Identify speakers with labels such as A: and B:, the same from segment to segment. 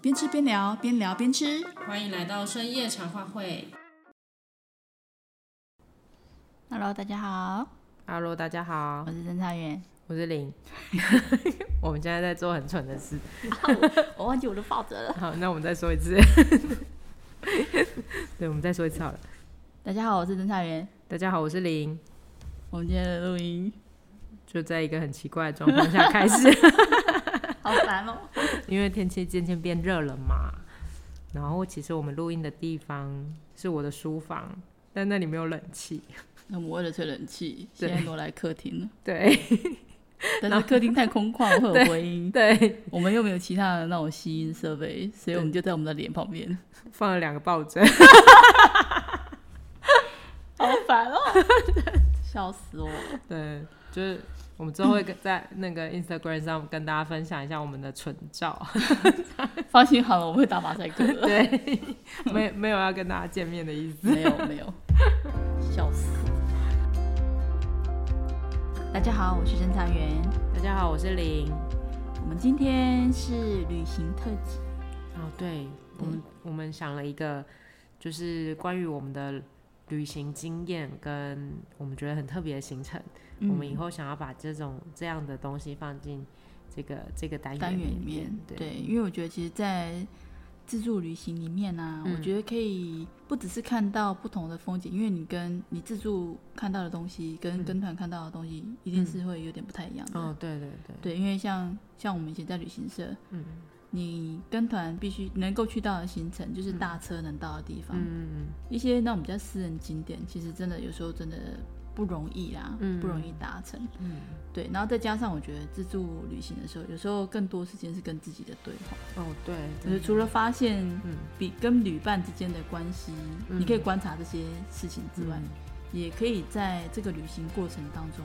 A: 边吃边聊，边聊边吃。
B: 欢迎来到深夜茶话会。
A: Hello，大家好，
B: Hello，大家好
A: 我，是侦查员。
B: 我是 林。我们现在在做很蠢的事。
A: 我忘记我的抱枕了。
B: 好，那我们再说一次。 对，我们再说一次好了。
A: 大家好，我是侦查员。
B: 大家好，我是林。
A: 我们今天的录音
B: 就在一个很奇怪的状况下开始，
A: 好烦哦。
B: 因为天气渐渐变热了嘛。然后其实我们录音的地方是我的书房，但那里没有冷气。
A: 那我们为了吹冷气，现
B: 对
A: 在挪来客厅 了。
B: 对
A: 但是客厅太空旷，会有回音。
B: 对，
A: 我们又没有其他的那种吸音设备，所以我们就在我们的脸旁边。
B: 放了两个抱枕。
A: 好烦哦， 笑死我了。
B: 对，就是我们之后会跟在那个 Instagram 上跟大家分享一下我们的纯 照。
A: 放心好了，我们会打马赛克的。
B: 对，没没有要跟大家见面的意思。
A: 没有没 有，笑死！大家好，我是侦查员。
B: 大家好，我是林。
A: 我们今天是旅行特辑，
B: 哦，对，我
A: 嗯
B: 们我们想了一个，就是关于我们的旅行经验跟我们觉得很特别的行程，
A: 嗯
B: 我们以后想要把这种这样的东西放进这个这个单元
A: 单元里
B: 里
A: 面，
B: 对，
A: 对，因为我觉得其实，在自助旅行里面啊，
B: 嗯
A: 我觉得可以不只是看到不同的风景，因为你跟你自助看到的东西，跟跟团看到的东西，一定是会有点不太一样的。
B: 嗯哦，对对对，
A: 对，因为像像我们以前在旅行社，
B: 嗯
A: 你跟团必须能够去到的行程，就是大车能到的地方。
B: 嗯
A: 一些那种比较私人景点，其实真的有时候真的不容易啦，
B: 嗯
A: 不容易达成。
B: 嗯嗯，
A: 对，然后再加上我觉得自助旅行的时候，有时候更多时间是跟自己的对话，
B: 哦对，
A: 嗯就是除了发现
B: 嗯
A: 比跟旅伴之间的关系，
B: 嗯
A: 你可以观察这些事情之外，
B: 嗯
A: 也可以在这个旅行过程当中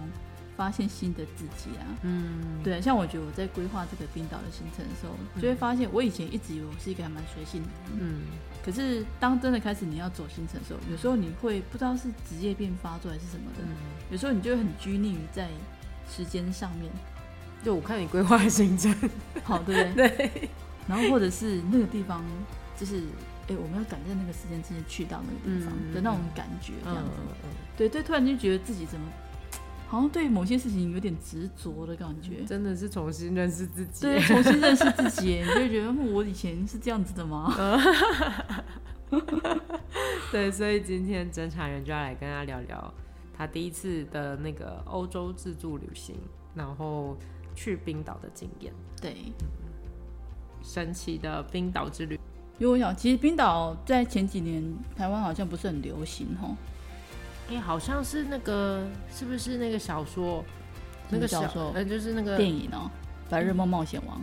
A: 发现新的自己啊。
B: 嗯
A: 对，像我觉得我在规划这个冰岛的行程的时候，就会发现我以前一直以为我是一个还蛮随性的人，
B: 嗯
A: 可是当真的开始你要走行程的时候，有时候你会不知道是职业病发作还是什么的，
B: 嗯，
A: 有时候你就会很拘泥于在时间上面，
B: 就我看你规划的行 程，
A: 好对不对？对。然后或者是那个地方，就是哎、诶我们要赶在那个时间之内去到那个地方
B: 嗯
A: 的那种感觉，这样子。
B: 嗯
A: 对对，突然就觉得自己怎么好像对某些事情有点执着的感觉。
B: 嗯真的是重新认识自己。
A: 对，重新认识自己，你就会觉得嗯我以前是这样子的 吗？
B: 对，所以今天侦查员就要来跟他聊聊他第一次的那个欧洲自助旅行，然后去冰岛的经验，
A: 对，
B: 神奇的冰岛之旅。
A: 因为我想，其实冰岛在前几年台湾好像不是很流行吼，
B: 哎、好像是那个，是不是那个小说？那个
A: 什么小说
B: 呃，就是那个
A: 电影哦，《白日梦冒险王》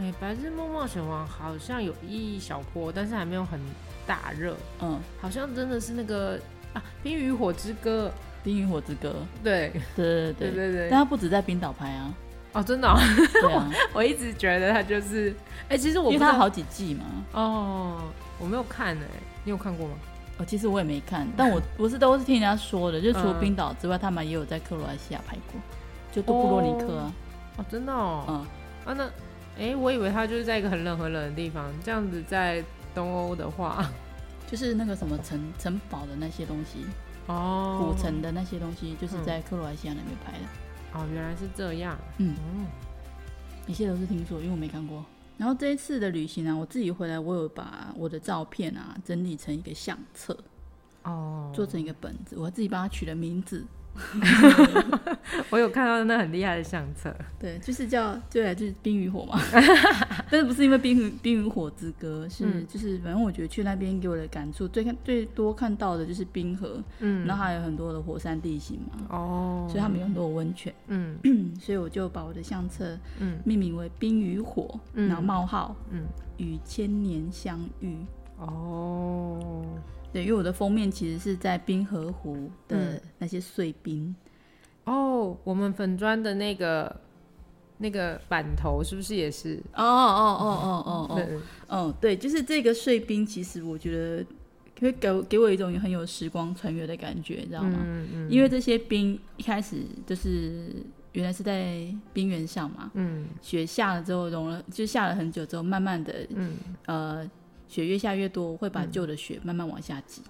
B: 哎、白日梦冒险王》好像有一小波，但是还没有很大热。
A: 嗯，
B: 好像真的是那个啊，《冰与火之歌
A: 《冰与火之歌》，》。
B: 对，
A: 对对
B: 对
A: 对。
B: 对对
A: 但。它不止在冰岛拍啊，
B: 哦，真的哦、
A: 对啊，
B: 我一直觉得他就是，哎、其
A: 因
B: 实我不
A: 为
B: 知道
A: 它好几季嘛。
B: 哦，我没有看哎、你有看过吗？
A: 哦，其实我也没看，但 我不是都是听人家说的，就是除了
B: 嗯
A: 冰岛之外，他们也有在克罗埃西亚拍过，就杜布罗尼克啊，
B: 哦，真的哦，
A: 嗯，
B: 啊那，哎、我以为他就是在一个很冷很冷的地方，这样子在东欧的话，
A: 就是那个什么城城堡的那些东西，
B: 哦，嗯
A: 古城的那些东西，就是在克罗埃西亚那边拍的。
B: 哦，原来是这样，
A: 嗯
B: 嗯
A: 一切都是听说，因为我没看过。然后这一次的旅行啊，我自己回来，我有把我的照片啊整理成一个相册，
B: 哦，
A: 做成一个本子，我自己帮它取了名字，
B: 我有看到那很厉害的相册，
A: 对，就是叫对啊，就是《冰与火》嘛。 但是不是因为冰与《冰与火之歌》，是、
B: 嗯
A: 就是反正我觉得去那边给我的感触最看最多看到的就是冰河，
B: 嗯，
A: 然后还有很多的火山地形嘛，
B: 哦，
A: 所以他们有很多的温泉，
B: 嗯
A: 嗯所以我就把我的相册
B: 嗯
A: 命名为《冰与火》，
B: 嗯
A: 然后冒号
B: 嗯，
A: 与千年相遇。
B: 哦，
A: 对，因为我的封面其实是在冰河湖的那些碎冰，
B: 哦，我们粉砖的那个那个版头是不是也是？
A: 哦哦哦哦哦
B: 对，嗯
A: 哦，对，就是这个碎冰，其实我觉得会给给我一种很有时光穿越的感觉，你知道吗？
B: 嗯嗯，
A: 因为这些冰一开始就是原来是在冰原上嘛，
B: 嗯
A: 雪下了之后融了，就下了很久之后，慢慢的
B: 嗯，
A: 呃，雪越下越多，会把旧的雪慢慢往下挤，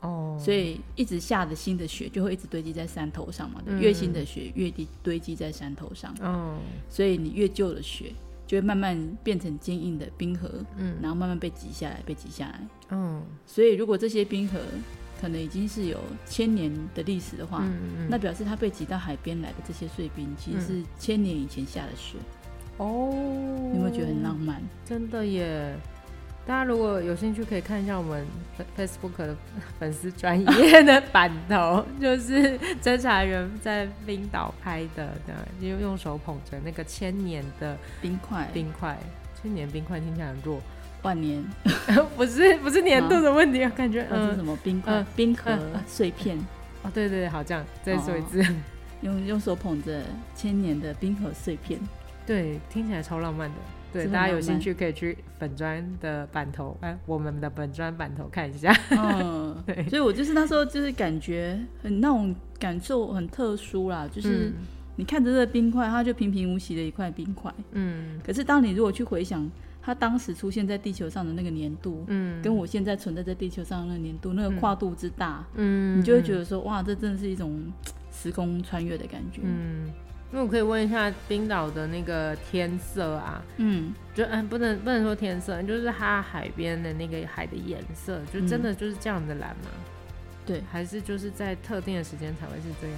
B: 哦，
A: 所以一直下的新的雪就会一直堆积在山头上嘛，
B: 嗯
A: 越新的雪越低堆积在山头上，
B: 哦，
A: 所以你越旧的雪就会慢慢变成坚硬的冰河，
B: 嗯
A: 然后慢慢被挤下来，被挤下来。
B: 嗯
A: 所以如果这些冰河可能已经是有千年的历史的话，
B: 嗯，
A: 那表示它被挤到海边来的这些碎冰，其实是千年以前下的雪。
B: 哦，
A: 你有没有觉得很浪漫？
B: 真的耶！大家如果有兴趣，可以看一下我们 Facebook 的粉丝专业的版头，就是侦查员在冰岛拍的，对，用用手捧着那个千年的
A: 冰块
B: 冰块，千年冰块听起来很弱，
A: 万年，
B: 不是不是年度的问题，啊、感觉
A: 或者是
B: 嗯
A: 什么冰块、
B: 嗯
A: 冰河
B: 嗯
A: 碎片，
B: 哦，对对对，好这样，再说一次，
A: 哦用用手捧着千年的冰河碎 片。
B: 对，听起来超浪漫的。对，
A: 是很
B: 大家有
A: 哦浪
B: 兴
A: 漫
B: 趣可以去粉砖的版头，哎、我们的本砖版头看一下。
A: 嗯，所以我就是那时候就是感觉很那种感受很特殊啦，
B: 嗯
A: 就是你看着这个冰块，它就平平无奇的一块冰块，
B: 嗯
A: 可是当你如果去回想它当时出现在地球上的那个年度，
B: 嗯
A: 跟我现在存在在地球上的那个年度那个跨度之大，
B: 嗯，
A: 你就会
B: 得。
A: 觉得说，哇，这真的是一种时空穿越的感觉。
B: 嗯，那我可以问一下冰岛的那个天色啊，
A: 嗯，
B: 就嗯不能不能说天色，就是它海边的那个海的颜色，就真的就是这样的蓝吗？
A: 嗯对
B: 还是就是在特定的时间才会是这样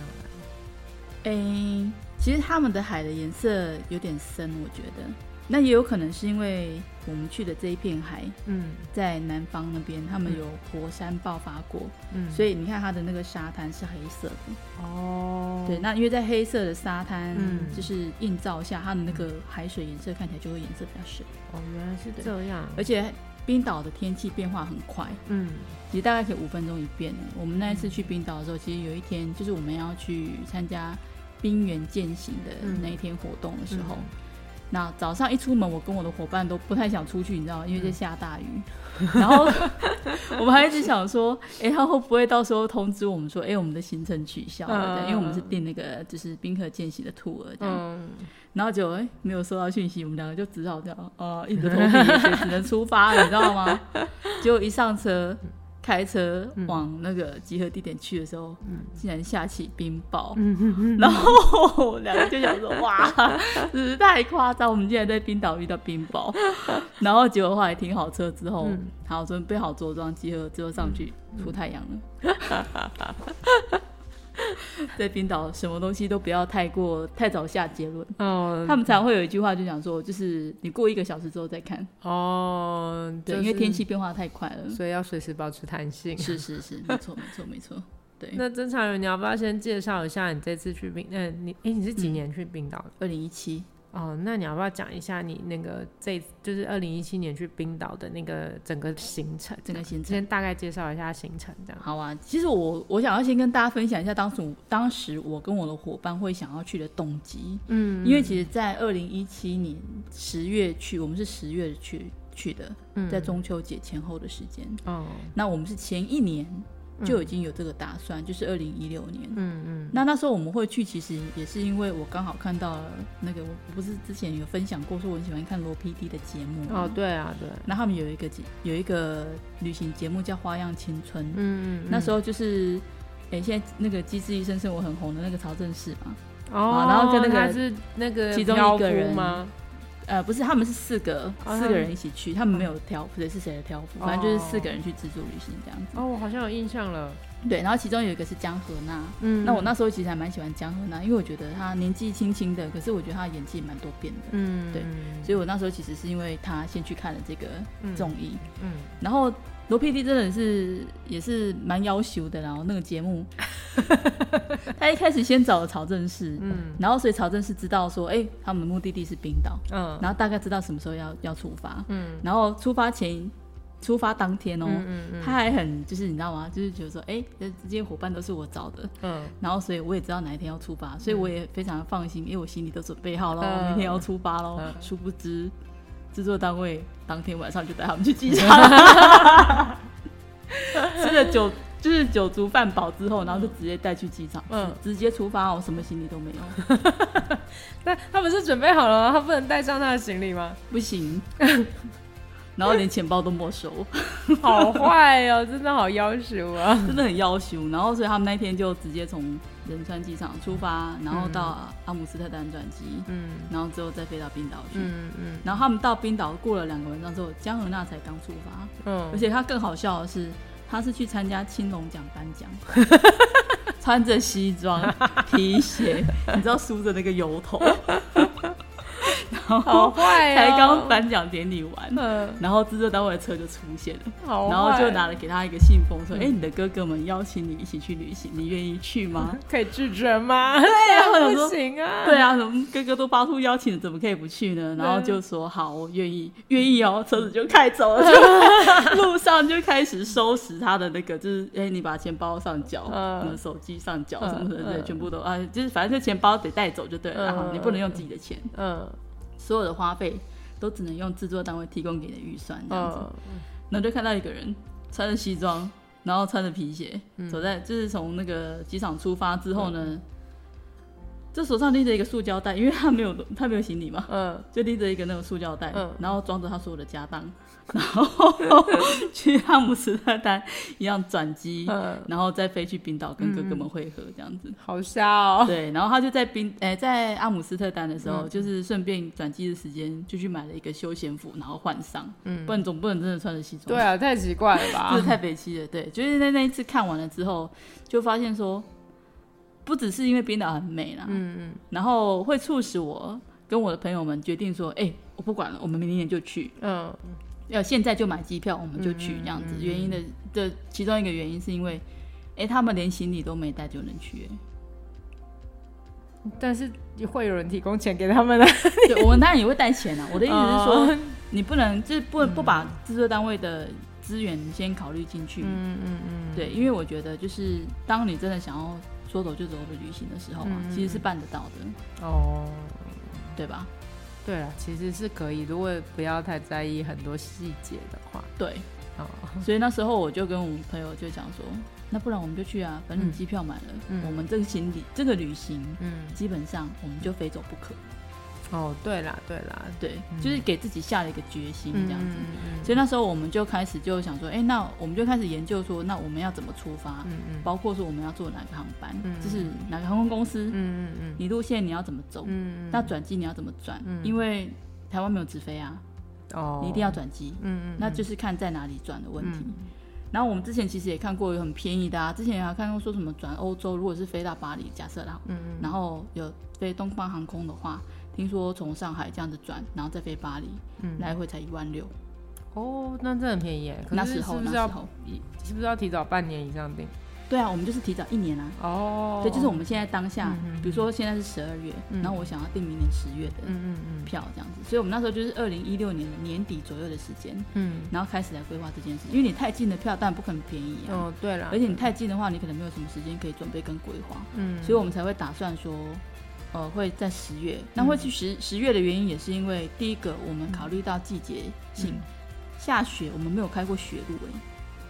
B: 蓝？
A: 诶、其实他们的海的颜色有点深，我觉得，那也有可能是因为我们去的这一片海
B: 嗯
A: 在南方那边，他们有火山爆发过，
B: 嗯，
A: 所以你看它的那个沙滩是黑色的。
B: 哦，
A: 对，那因为在黑色的沙滩，
B: 嗯
A: 就是映照下，它的那个海水颜色看起来就会颜色比较深，
B: 哦原来是这样，
A: 而且。冰岛的天气变化很快，
B: 嗯
A: 其实大概可以五分钟一变了。我们那一次去冰岛的时候，其实有一天就是我们要去参加冰原践行的那一天活动的时候，那早上一出门，我跟我的伙伴都不太想出去，你知道吗？因为在下大雨，然后我们还一直想说，哎、他会不会到时候通知我们说，哎、我们的行程取消了？这样因为我们是订那个就是冰河见习的 tour 这样，
B: 嗯
A: 然后就哎、诶没有收到讯息，我们两个就只好这样，呃，硬着头皮也只能出发，你知道吗？结果一上车，开车往那个集合地点去的时候，竟然下起冰雹，然后我两个就想说，哇，真是太夸张，我们竟然在冰岛遇到冰雹。然后结果后来停好车之后，
B: 嗯
A: 好准备好着装，集合之后上去出太阳了。在冰岛，什么东西都不要太过太早下结论。
B: 哦
A: 他们常会有一句话，就讲说，就是你过一个小时之后再看，
B: 哦，
A: 对，
B: 就是
A: 因为天，气变化太快了。
B: 所以要随时保持弹性。
A: 是是是，没错没错没错，对。
B: 那侦查员，你要不要先介绍一下你这次去冰？嗯、你哎、你是几
A: 嗯
B: 年去冰岛的？
A: 二零一七，
B: 哦，那你要不要讲一下你那个这就是二零一七年去冰岛的那个整个行程？
A: 整个行程
B: 先大概介绍一下行程，这样。
A: 好啊，其实我我想要先跟大家分享一下当时我当时我跟我的伙伴会想要去的动机，
B: 嗯
A: 因为其实，在二零一七年十月去，我们是十月去去的，
B: 嗯
A: 在中秋节前后的时间。
B: 哦，
A: 那我们是前一年就已经有这个打算，就是二零一六年。
B: 嗯嗯
A: 那那时候我们会去，其实也是因为我刚好看到了那个，我不是之前有分享过，说我很喜欢看罗 PD 的节目吗
B: 哦，，对啊，对，
A: 那他们有一个节有一个旅行节目叫《花样青春》，
B: 嗯
A: 那时候就是，诶，现在那个《机智医生生活》很红的那个曹正奭嘛，
B: 哦，
A: 然后就那个
B: 他是那个
A: 其中一
B: 漂
A: 个
B: 夫
A: 人
B: 吗？
A: 呃，不是，他们是四个、
B: 哦
A: 四个人一起去，他们没有挑夫，谁是谁的挑夫，反正就是四个人去自助旅行这样子。
B: 哦，我好像有印象了。
A: 对，然后其中有一个是江河娜，
B: 嗯
A: 那我那时候其实还蛮喜欢江河娜，因为我觉得她年纪轻轻的，可是我觉得她演技蛮多变的，
B: 嗯
A: 对所以我那时候其实是因为她先去看了这个
B: 嗯
A: 综艺，
B: 嗯
A: 然后罗 PD 真的是也是蛮要求的啦，然后那个节 目，他一开始先找了曹正奭，
B: 嗯
A: 然后所以曹正奭知道说，哎、他们的目的地是冰岛，
B: 嗯
A: 然后大概知道什么时候要要出发，
B: 嗯
A: 然后出发前，出发当天哦、
B: 嗯嗯
A: 他还很就是你知道吗？就是觉得说，哎、这这些伙伴都是我找的，
B: 嗯
A: 然后所以我也知道哪一天要出发，所以我也非常放心，因为我行李都准备好了，
B: 嗯
A: 明天要出发喽。
B: 嗯
A: 殊不知，制作单位当天晚上就带他们去机场， 吃了酒就是酒足饭饱之后，然后就直接带去机场，
B: 嗯
A: 直接出发哦，什么行李都没有。
B: 但他不是准备好了吗？他不能带上他的行李 吗？
A: 不 行，然后连钱包都没收，
B: 好坏哦，真的好要求啊！
A: 真的很要羞。然后所以他们那天就直接从仁川机场出发，然后到阿姆斯特丹转机，
B: 嗯
A: 然后之后再飞到冰岛去。
B: 嗯嗯
A: 然后他们到冰岛过了两个晚上之后，江河娜才刚出发，
B: 嗯，
A: 而且他更好笑的是，他是去参加青龙奖颁 奖，穿着西装、皮鞋，你知道梳着那个油头， 然
B: 好
A: 后
B: 坏哦，
A: 才刚颁奖典礼完，
B: 嗯，
A: 然后制作单位的车就出现了，
B: 好坏，
A: 然后就拿了给他一个信封，说：“
B: Oh 嗯
A: 哎、你的哥哥们邀请你一起去旅行，你愿意去吗
B: 可以拒 绝吗？对
A: 啊我想
B: 不
A: 说
B: 行？” 啊，
A: 对啊，怎么哥哥都发出邀请，怎么可以不去呢？然后
B: 啊
A: 就说：“好，我愿意，愿意哦。”车子就开走 了，就路上就开始收拾他的那个，就是哎、你把钱包上缴，
B: 嗯
A: 你的手机上缴，
B: 嗯
A: 什么什么的，
B: 嗯
A: 全部都啊，就是反正这钱包得带走就对了啦，
B: 嗯
A: 你不能用自己的钱，
B: 嗯
A: 所有的花费都只能用制作单位提供给你的预算这样子。
B: 嗯
A: 然后就看到一个人穿着西装，然后穿着皮鞋，
B: 嗯
A: 走在就是从那个机场出发之后呢，这手上拎着一个塑胶袋，因为他没有他没有行李嘛，
B: 嗯
A: 就拎着一个那个塑胶袋，
B: 嗯
A: 然后装着他所有的家 当，然后去阿姆斯特丹一样转机，
B: 嗯，
A: 然后再飞去冰岛跟哥哥们会合这样子。
B: 好笑哦，
A: 对，然后他就在冰，诶、在阿姆斯特丹的时
B: 嗯
A: 候，就是顺便转机的时间，就去买了一个休闲服，然后换上，
B: 嗯
A: 不然总不能真的穿着西装
B: 对啊，太奇怪了
A: 这
B: 吧？
A: 太北七了。 对，就是在那一次看完了之后，就发现说，不只是因为冰岛很美啦，
B: 嗯
A: 然后会促使我跟我的朋友们决定说，哎、我不管了，我们明年就去，
B: 嗯
A: 要现在就买机票，我们就去这样子。原因的的其中一个原因是因为，哎、他们连行李都没带就能 去、
B: 嗯，但是会有人提供钱给他们的，
A: 哎对，我们当然也会带钱啊。我的 意思是说，
B: 哦
A: 你不能就是不不把制作单位的资源先考虑进去，
B: 嗯嗯嗯，
A: 对，因为我觉得就是当你真的想要说走就走的旅行的时候啊，
B: 嗯
A: 其实是办得到的，
B: 哦。
A: 对吧？
B: 对了，其实是可以，如果不要太在意很多细节的话，
A: 对，
B: 哦，
A: 所以那时候我就跟我们朋友就讲说，那不然我们就去啊，反正
B: 嗯
A: 你机票买了，
B: 嗯
A: 我们这个行李这个旅行
B: 嗯，
A: 基本上我们就非走不可，
B: 哦，对啦，对啦，
A: 对，就是给自己下了一个决心这样子。
B: 嗯
A: 所以那时候我们就开始就想说，哎、那我们就开始研究说，那我们要怎么出发，
B: 嗯嗯
A: 包括说我们要坐哪个航班，
B: 嗯
A: 就是哪个航空公司，
B: 嗯嗯
A: 你路线你要怎么走，
B: 嗯
A: 那转机你要怎么转？
B: 嗯
A: 因为台湾没有直飞啊，
B: 哦，
A: 你一定要转机，
B: 嗯嗯，
A: 那就是看在哪里转的问题。
B: 嗯
A: 然后我们之前其实也看过有很便宜的啊，之前还看过说什么转欧洲，如果是飞到巴黎，假设啦，
B: 嗯
A: 然后有飞东方航空的话，听说从上海这样子转，然后再飞巴黎，
B: 嗯
A: 来回才一万六，
B: 哦，那真的很便宜耶，可
A: 那
B: 是
A: 时
B: 是
A: 候
B: 不
A: 那
B: 是
A: 时
B: 要
A: 候，
B: 是不是要提早半年以上订？
A: 对啊，我们就是提早一年啊。
B: 哦，
A: 对，就是我们现在当下，
B: 嗯嗯嗯
A: 比如说现在是十二月，
B: 嗯
A: 然后我想要订明年十月的
B: 嗯嗯
A: 票这样子，所以我们那时候就是二零一六年的年底左右的时间，
B: 嗯
A: 然后开始来规划这件事，因为你太近的票当然不可能便宜
B: 嗯，
A: 啊，
B: 哦，对啦，
A: 而且你太近的话，你可能没有什么时间可以准备跟规划，
B: 嗯，
A: 所以我们才会打算说，呃，会在十月。
B: 嗯
A: 那会去十十月的原因也是因为，第一个我们考虑到季节性，
B: 嗯
A: 下雪我们没有开过雪路诶、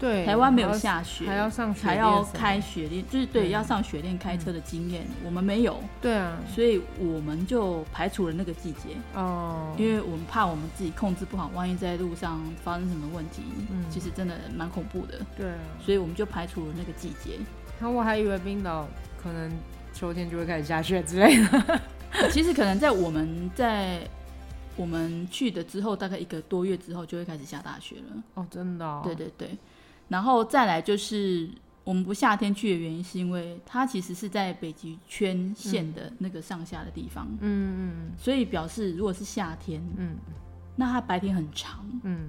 B: 对
A: 台湾没有下雪，
B: 还要上
A: 还要开雪链，就是
B: 嗯
A: 对、要上雪链开车的经验，我们没有，
B: 对啊，
A: 所以我们就排除了那个季节。
B: 哦，
A: 因为我们怕我们自己控制不好，万一在路上发生什么问题，
B: 嗯
A: 其实真的蛮恐怖的，
B: 对啊，
A: 所以我们就排除了那个季节。
B: 然后我还以为冰岛可能秋天就会开始下雪之类的，
A: 其实可能在我们在我们去的之后，大概一个多月之后就会开始下大雪了。
B: 哦，真的、哦，
A: 对，对对，然后再来就是我们不夏天去的原因，是因为它其实是在北极圈线的那个上下的地方，
B: 嗯
A: 所以表示如果是夏天，
B: 嗯
A: 那它白天很长，
B: 嗯嗯，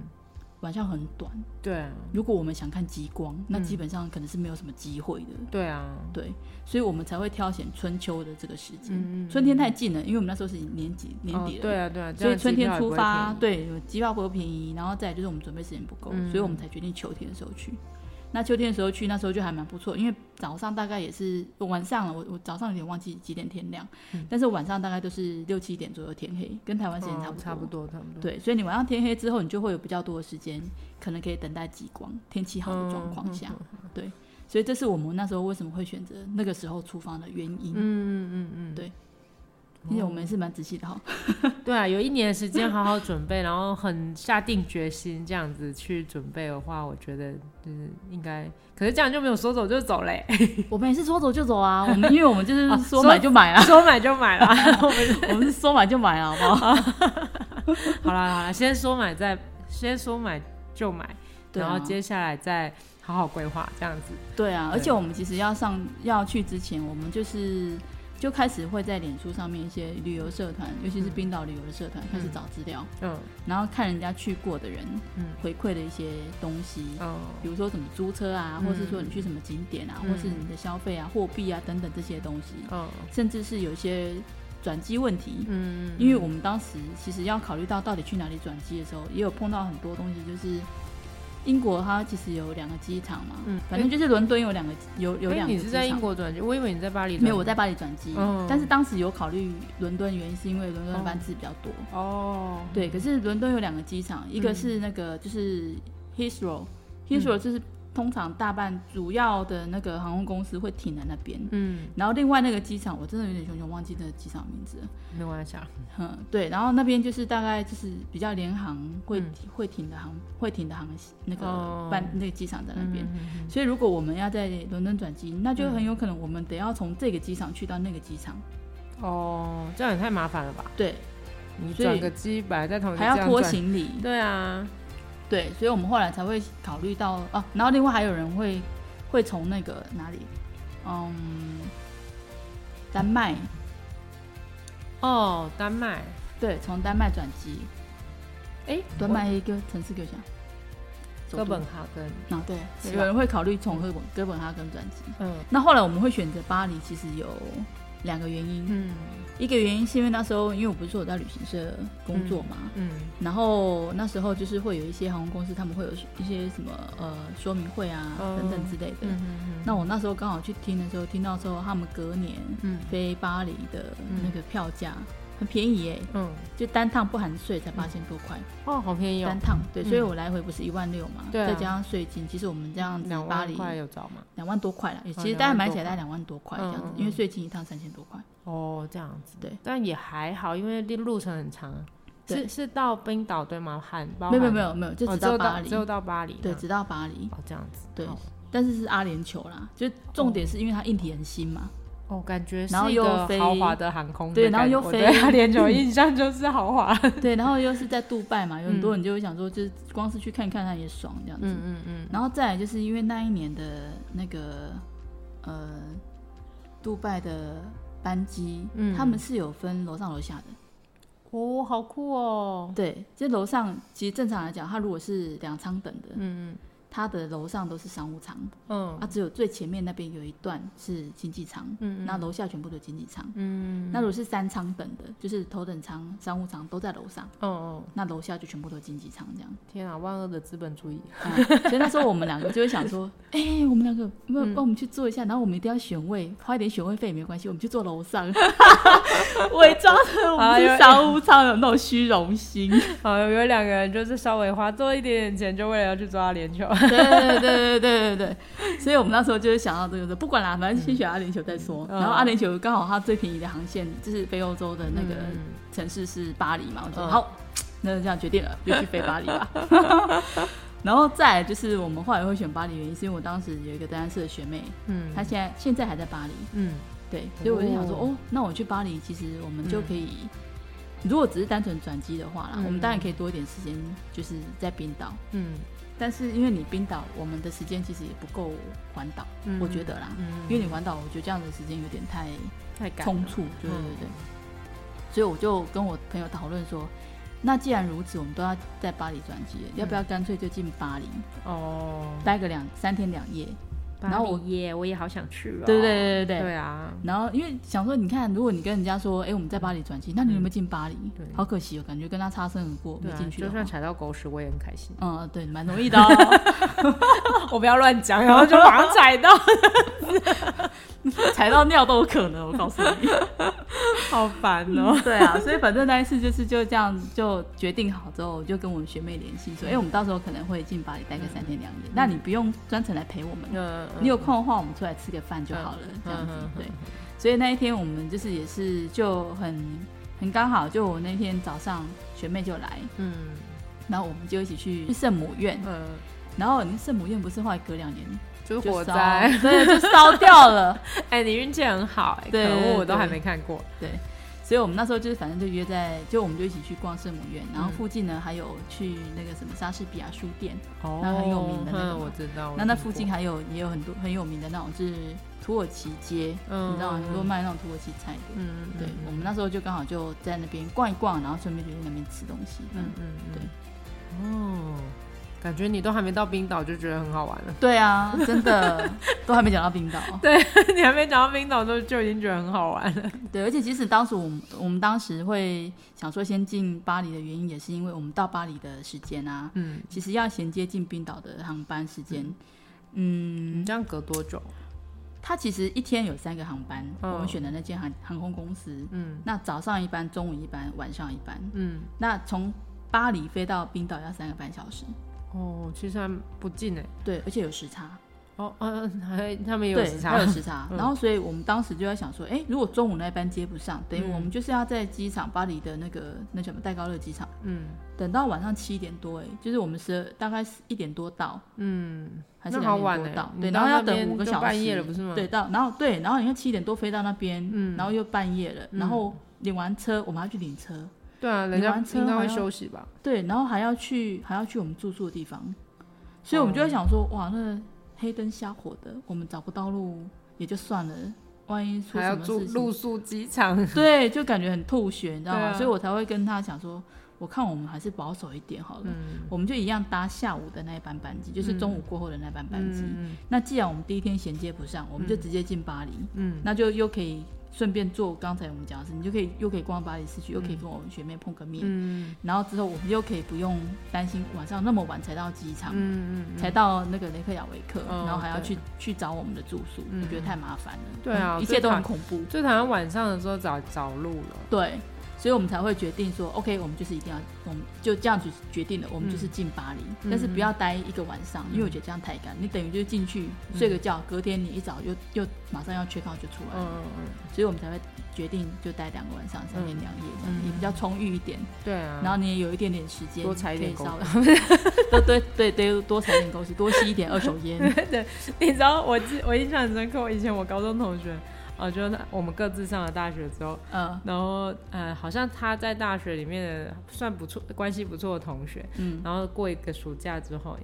A: 晚上很短。
B: 对啊，
A: 如果我们想看极光，
B: 嗯
A: 那基本上可能是没有什么机会的，
B: 对啊，
A: 对，所以我们才会挑选春秋的这个时间。
B: 嗯嗯嗯
A: 春天太近了，因为我们那时候是年底年底
B: 哦
A: 了，
B: 对啊对啊，这
A: 所以
B: 样
A: 春天
B: 机票也
A: 出
B: 不会
A: 发，
B: 便宜，
A: 对，机票不会便宜，然后再来就是我们准备时间不够，
B: 嗯
A: 所以我们才决定秋天的时候去。那秋天的时候去，那时候就还蛮不错，因为早上大概也是晚上了，我我早上有点忘记几点天亮，
B: 嗯
A: 但是晚上大概都是六七点左右天黑，跟台湾时间差不
B: 哦
A: 多。
B: 差不多差不多，
A: 对，所以你晚上天黑之后，你就会有比较多的时间，可能可以等待极光，天气好的状况下，对，所以这是我们那时候为什么会选择那个时候出发的原因。
B: 嗯嗯嗯嗯，
A: 对，其实我们是蛮仔细的哈。
B: 对啊，有一年的时间好好准备，然后很下定决心这样子去准备的话，我觉得就是应该。可是这样就没有说走就走嘞、
A: 我们也是说走就走啊，我们因为我们就是
B: 啊
A: 说
B: 说
A: 买就买啊，
B: 说买就买了。
A: 我们是说买就买啊，好不好？
B: 好啦好啦，先说买再先说买就买，
A: 对啊
B: 然后接下来再好好规划这样子。
A: 对啊，而
B: 对
A: 且我们其实要上要去之前，我们就是就开始会在脸书上面一些旅游社团，尤其是冰岛旅游的社团，开始找资料，
B: 嗯
A: 然后看人家去过的人
B: 嗯
A: 回馈的一些东西，
B: 嗯
A: 比如说什么租车啊，
B: 嗯
A: 或是说你去什么景点啊，
B: 嗯
A: 或是你的消费啊、货币啊等等这些东西，
B: 嗯
A: 甚至是有一些转机问题。
B: 嗯，
A: 因为我们当时其实要考虑到到底去哪里转机的时候，也有碰到很多东西，就是英国它其实有两个机场嘛，
B: 嗯
A: 反正就是伦敦有两个有有
B: 哎
A: 两个
B: 你是
A: 机
B: 在英
A: 场。
B: 国转机，我以为你在巴黎转机。
A: 没有，我在巴黎转机，
B: 嗯
A: 但是当时有考虑伦敦，原因是因为伦敦的班次比较多。
B: 哦，
A: 对，可是伦敦有两个机场，一
B: 嗯
A: 个是那个就是 Heathrow，Heathrow 就是通常大半主要的那个航空公司会停在那边，
B: 嗯，
A: 然后另外那个机场我真的有点熊熊忘记那个机场名字了。
B: 没关系啊。
A: 嗯，对，然后那边就是大概就是比较联航会、
B: 嗯
A: 会停的航会停的航那个
B: 哦
A: 办、那个机场在那边，
B: 嗯嗯
A: 所以如果我们要在伦敦转机，那就很有可能我们得要从这个机场去到那个机场，
B: 嗯哦，这样也太麻烦了吧？
A: 对，
B: 你
A: 所以
B: 转个机摆在同一个
A: 还
B: 哦
A: 要
B: 这样
A: 拖
B: 转。
A: 行李，
B: 对啊，
A: 对，所以我们后来才会考虑到哦、然后另外还有人会会从那个哪里，嗯，丹麦，
B: 哦，丹麦，
A: 对，从丹麦转机，
B: 哎，
A: 丹麦一个城市给我想，首
B: 哥
A: 都
B: 本哈根，
A: 啊，对，
B: 是吧
A: 有人会考虑从哥本哥本哈根转机。
B: 嗯
A: 那后来我们会选择巴黎，其实有两个原因。
B: 嗯
A: 一个原因是因为那时候，因为我不是说我在旅行社工作嘛，
B: 嗯
A: 然后那时候就是会有一些航空公司，他们会有一些什么呃说明会啊、
B: 哦
A: 等等之类的。
B: 嗯
A: 那我那时候刚好去听的时候，听到说他们隔年
B: 嗯
A: 飞巴黎的那个票价、很便宜耶，
B: 嗯，
A: 就单趟不含税才八千多块，
B: 哦，好便宜哦
A: 单，趟对，
B: 嗯
A: 所以我来回不是一万六嘛，
B: 对啊
A: 再加上税金，其实我们这样子
B: 两
A: 巴
B: 万
A: 黎
B: 块有找吗？
A: 两万多块了，也
B: 哦
A: 其实
B: 两万
A: 大概买
B: 多
A: 起来大概
B: 块
A: 两万多块这样子，
B: 嗯嗯嗯
A: 因为税金一趟三千多块。
B: 哦，这样子，
A: 对，
B: 但也还好，因为路程很长啊，
A: 对
B: 是是到冰岛对吗？汉，
A: 没有没有没
B: 有，
A: 有没有，就
B: 哦
A: 只
B: 只有
A: 到巴黎
B: 只，有到巴黎，
A: 对，
B: 嗯
A: 只到巴黎，
B: 哦这样子，
A: 对
B: 好。
A: 但是是阿联酋啦，就重点是因为它硬体很新 嘛，
B: 哦，感觉是
A: 然后
B: 一
A: 又
B: 个
A: 飞
B: 豪华的航空的
A: 对然后
B: 感
A: 又
B: 觉我
A: 飞
B: 对阿联酋的印象就是豪华。
A: 对，然后又是在杜拜嘛，有很多人就会想说，就是光是去看看它也爽这样子。
B: 嗯嗯，
A: 然后再来就是因为那一年的那个呃，杜拜的班机，
B: 嗯
A: 他们是有分楼上楼下的，
B: 哦，好酷哦。
A: 对，就楼上其实正常来讲，它如果是两舱等的，
B: 嗯
A: 它的楼上都是商务舱。
B: 嗯
A: 啊，只有最前面那边有一段是经济舱，
B: 嗯
A: 那楼下全部都经济舱。
B: 嗯
A: 那如果是三舱等的，就是头等舱、商务舱都在楼上，
B: 嗯嗯，
A: 那楼下就全部都经济舱这样。
B: 天啊，万恶的资本主义。
A: 啊所以那时候我们两个就会想说，哎、我们两个有没有
B: 嗯
A: 帮我们去坐一下，然后我们一定要选位，花一点选位费也没关系，我们去坐楼上，伪装的我们是商务舱，有那种虚荣心。
B: 好，有两个人就是稍微花多一点点钱，就为了要去抓阿联酋。
A: 对对对对对对对，所以我们那时候就是想到这个，不管啦，反正先选阿联酋再说。
B: 嗯
A: 然后阿联酋刚好它最便宜的航线就是飞欧洲的那个
B: 嗯
A: 城市是巴黎嘛，我说
B: 嗯
A: 好，那就这样决定了，就去飞巴黎吧。 然后再来就是我们后来会选巴黎，原因是因为我当时有一个单社的学妹，
B: 嗯
A: 她现在现在还在巴黎，
B: 嗯
A: 对，所以我就想说，
B: 哦
A: 哦，那我去巴黎，其实我们就可以，如果只是单纯转机的话啦，
B: 嗯
A: 我们当然可以多一点时间，就是在冰岛。
B: 嗯
A: 但是因为你冰岛，我们的时间其实也不够环岛，
B: 嗯
A: 我觉得啦，
B: 嗯
A: 因为你环岛，我觉得这样的时间有点太
B: 太赶
A: 匆
B: 了
A: 促，对对
B: 嗯
A: 对对。所以我就跟我朋友讨论说，那既然如此，我们都要在巴黎转机了，要不
B: 嗯
A: 要干脆就进巴黎
B: 哦。
A: 待个两三天两夜？然后我
B: 巴黎耶，我也好想去哦。
A: 对对对对对
B: 对啊，
A: 然后因为想说，你看，如果你跟人家说，哎、我们在巴黎转机，那你有没有进巴黎？
B: 嗯对
A: 好可惜哦，感觉跟他擦身而过，
B: 对
A: 没
B: 啊
A: 进去的
B: 就
A: 话。
B: 算。踩到狗屎，我也很开 心
A: 嗯，对，蛮容易的、哦，
B: 我不要乱讲，然后就马上踩到，
A: 踩到尿都有可能，我告诉 你。
B: 好烦哦。
A: 对啊，所以反正那一次就是就这样就决定好之后，我就跟我们学妹联系说，哎、我们到时候可能会进巴黎待个三天两夜，那你不用专程来陪我们，
B: 嗯，
A: 你有空的话我们出来吃个饭就好了，这样子
B: 嗯嗯嗯
A: 对。所以那一天我们就是也是就很很刚好，就我那天早上学妹就来，
B: 嗯
A: 然后我们就一起去圣母院，
B: 嗯，
A: 然后你圣母院不是后来隔两年
B: 就是
A: 就
B: 火
A: 烧，
B: 灾。
A: 对，就烧掉了。
B: 哎，你运气很好，哎，可
A: 对
B: 恶，我都
A: 对
B: 还没看过。
A: 对，所以我们那时候就是反正就约在，就我们就一起去逛圣母院，然后
B: 嗯
A: 附近呢还有去那个什么莎士比亚书店，
B: 哦
A: 那很有名的那个嘛
B: 嗯我知道。
A: 那那附近
B: 还
A: 还有也有很多很有名的那种就是土耳其街，
B: 嗯
A: 你知道吗？很多
B: 嗯
A: 卖那种土耳其菜的。
B: 嗯，
A: 对
B: 嗯，
A: 我们那时候就刚好就在那边逛一逛，然后顺便就去那边吃东西。
B: 嗯
A: 嗯，
B: 嗯，
A: 对
B: 嗯。哦，感觉你都还没到冰岛就觉得很好 玩了，
A: 对啊，真的都还没讲到冰岛。对
B: 你还没讲到冰岛就就已经觉得很好玩了。
A: 而且其实当时我们我们当时会想说先进巴黎的原因，也是因为我们到巴黎的时间啊，
B: 嗯，
A: 其实要衔接进冰岛的航班时间，
B: 你
A: 嗯，
B: 这样隔多久？
A: 它其实一天有三个航班，
B: 嗯
A: 我们选的那间航航空公司，
B: 嗯
A: 那早上一班，中午一班，晚上一班。
B: 嗯，
A: 那从巴黎飞到冰岛要三个半小时，
B: 哦，其实还不近哎。
A: 对，而且有时差，
B: 哦，嗯，还他们也有
A: 对，
B: 时
A: 它
B: 差
A: 有。时差。
B: 嗯
A: 然后，所以我们当时就在想说，哎，如果中午那班接不上，等于
B: 嗯
A: 我们就是要在机场巴黎的那个那叫什么戴高乐机场，
B: 嗯
A: 等到晚上七点多，哎，就是我们是大概一点多到，
B: 嗯，
A: 还是
B: 那好
A: 两
B: 晚
A: 点多到
B: 欸，你
A: 对，
B: 到
A: 然后要
B: 那边
A: 等五个
B: 就
A: 小时，
B: 半夜了不是吗
A: 对，到然后对，然后你看七点多飞到那边，
B: 嗯
A: 然后又半夜了，
B: 嗯
A: 然后领完车我们还要去领车，
B: 对啊，人
A: 你
B: 家
A: 完车
B: 应该
A: 还
B: 会
A: 要
B: 休息吧？
A: 对，然后还要去还要去我们住宿的地方，所以我们
B: 哦
A: 就会想说，哇，那黑灯瞎火的，我们找不到路也就算了，万一出
B: 还要
A: 什么
B: 住
A: 事情
B: 露，宿机 场。
A: 对，就感觉很吐血，你知道吗？
B: 对啊
A: 所以我才会跟他讲说，我看我们还是保守一点好了。
B: 嗯，
A: 我们就一样搭下午的那一班班机，就是中午过后的那班班机。
B: 嗯
A: 那既然我们第一天衔接不上，我们就直接进巴黎，
B: 嗯
A: 那就又可以顺便做刚才我们讲的事，你就可以又可以逛巴黎市区，又可以跟我们学妹碰个面，
B: 嗯
A: 然后之后我们又可以不用担心晚上那么晚才到机场，
B: 嗯嗯，
A: 才到那个雷克雅维克，
B: 哦
A: 然后还要
B: 对
A: 去去找我们的住宿，
B: 嗯
A: 我觉得太麻烦了，
B: 对啊
A: 嗯
B: 我
A: 一
B: 最
A: 切都很
B: 怕
A: 恐怖，
B: 最讨厌晚上的时候找找路了。
A: 对。所以我们才会决定说，OK，我们就是一定要，我们就这样子决定了，我们就是进巴黎，
B: 嗯
A: 但是不要待一个晚上，因为我觉得这样太赶，你等于就是进去
B: 嗯
A: 睡个觉，隔天你一早又又马上要缺靠就出来了，
B: 嗯嗯
A: 所以我们才会决定就待两个晚上，三天两夜这样，
B: 嗯
A: 也比较充裕一点。
B: 嗯，对啊。
A: 然后你也有一点点时间，
B: 多采一点
A: 可以稍微 多对对对，多采一点东西，多吸一点二手 烟。
B: 你知道我记我印象很深刻，我以前我高中同学，呃，就是他我们各自上了大学之后，
A: 嗯
B: 然后呃，好像他在大学里面的算不错关系不错的同学，
A: 嗯
B: 然后过一个暑假之后，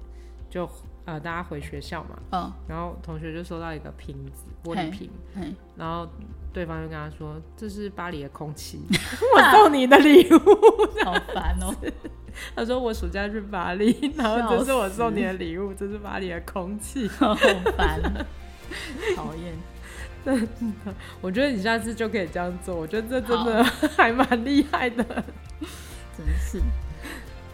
B: 就呃大家回学校嘛，
A: 嗯，
B: 然后同学就收到一个瓶子玻
A: 嘿
B: 璃瓶，
A: 嘿
B: 然后对方就跟他说这是巴黎的空 气，我送你的礼物。
A: 好烦哦。
B: 他说我暑假去巴黎，然后这是我送你的礼物，这是巴黎的空气。
A: 好烦，讨厌。
B: 我觉得你下次就可以这样做，我觉得这真的 还蛮厉害的。
A: 真是。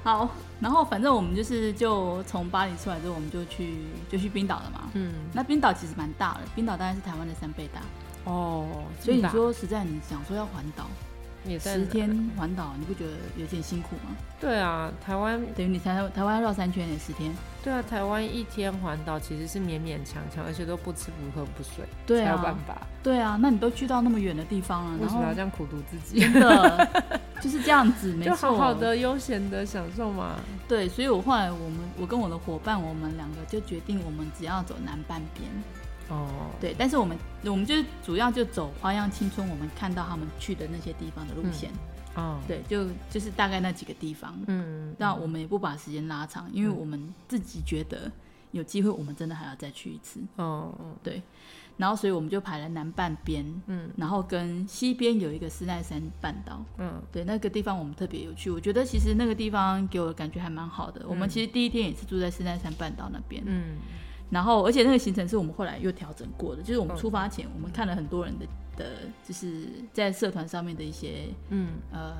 A: 好，然后反正我们就是就从巴黎出来之后，我们就去就去冰岛了嘛。
B: 嗯，
A: 那冰岛其实蛮大的，冰岛大概是台湾的三倍大，
B: 哦，
A: 所以你说实在，你想说要环岛
B: 你在
A: 十天环岛，你不觉得有点辛苦吗？
B: 对啊，台湾
A: 等于你才台湾绕三圈也十天，
B: 对啊，台湾一天环岛其实是勉勉强强，而且都不吃不喝不睡，
A: 对
B: 才有办
A: 啊，
B: 法。
A: 对啊，那你都去到那么远的地方了，
B: 为
A: 然
B: 什
A: 后
B: 么要这样苦读自己？
A: 真的 就是这样子，没
B: 就
A: 错，
B: 好好的悠闲的享受嘛。
A: 对，所以我后来我们我跟我的伙伴，我们两个就决定，我们只要走南半边，
B: 哦，
A: 对，但是我们我们就是主要就走花样青春，我们看到他们去的那些地方的路线，
B: 哦，
A: 对，就就是大概那几个地方。
B: 嗯，
A: 那我们也不把时间拉长，因为
B: 嗯
A: 我们自己觉得有机会，我们真的还要再去一次。
B: 哦，哦
A: 然后，所以我们就排了南半边，
B: 嗯，
A: 然后跟西边有一个斯奈山半岛，
B: 嗯，
A: 对，那个地方我们特别有去。我觉得其实那个地方给我的感觉还蛮好的。我们其实第一天也是住在斯奈山半岛那边，
B: 嗯，
A: 然后，而且那个行程是我们后来又调整过的，就是我们
B: 嗯
A: 出发前，我们看了很多人的的，就是在社团上面的一些
B: 嗯，
A: 呃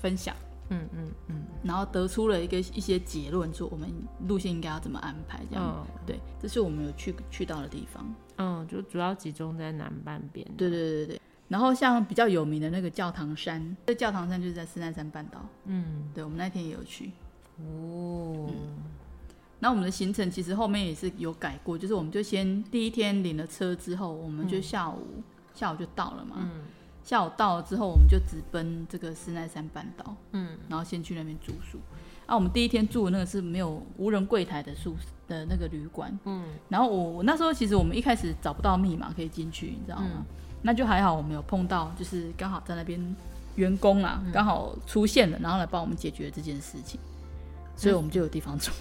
A: 分享，
B: 嗯，嗯，嗯，
A: 然后得出了一个一些结论，说我们路线应该要怎么安排，这样、
B: 嗯，
A: 对，这是我们有去去到的地方。
B: 嗯，就主要集中在南半边。
A: 对对对对对。然后像比较有名的那个教堂山，这教堂山就是在斯奈山半岛，
B: 嗯，
A: 对我们那天也有去。嗯
B: 哦，
A: 那我们的行程其实后面也是有改过，就是我们就先第一天领了车之后，我们就下午、下午就到了嘛。
B: 嗯
A: 下午到了之后，我们就直奔这个斯奈山半岛，
B: 嗯，
A: 然后先去那边住宿。啊，我们第一天住的那个是没有无人柜台的宿的那个旅馆，
B: 嗯，
A: 然后我我那时候其实我们一开始找不到密码可以进去，你知道吗？
B: 嗯
A: 那就还好我们有碰到，就是刚好在那边员工啦，
B: 嗯
A: 刚好出现了，然后来帮我们解决这件事情，所以我们就有地方住。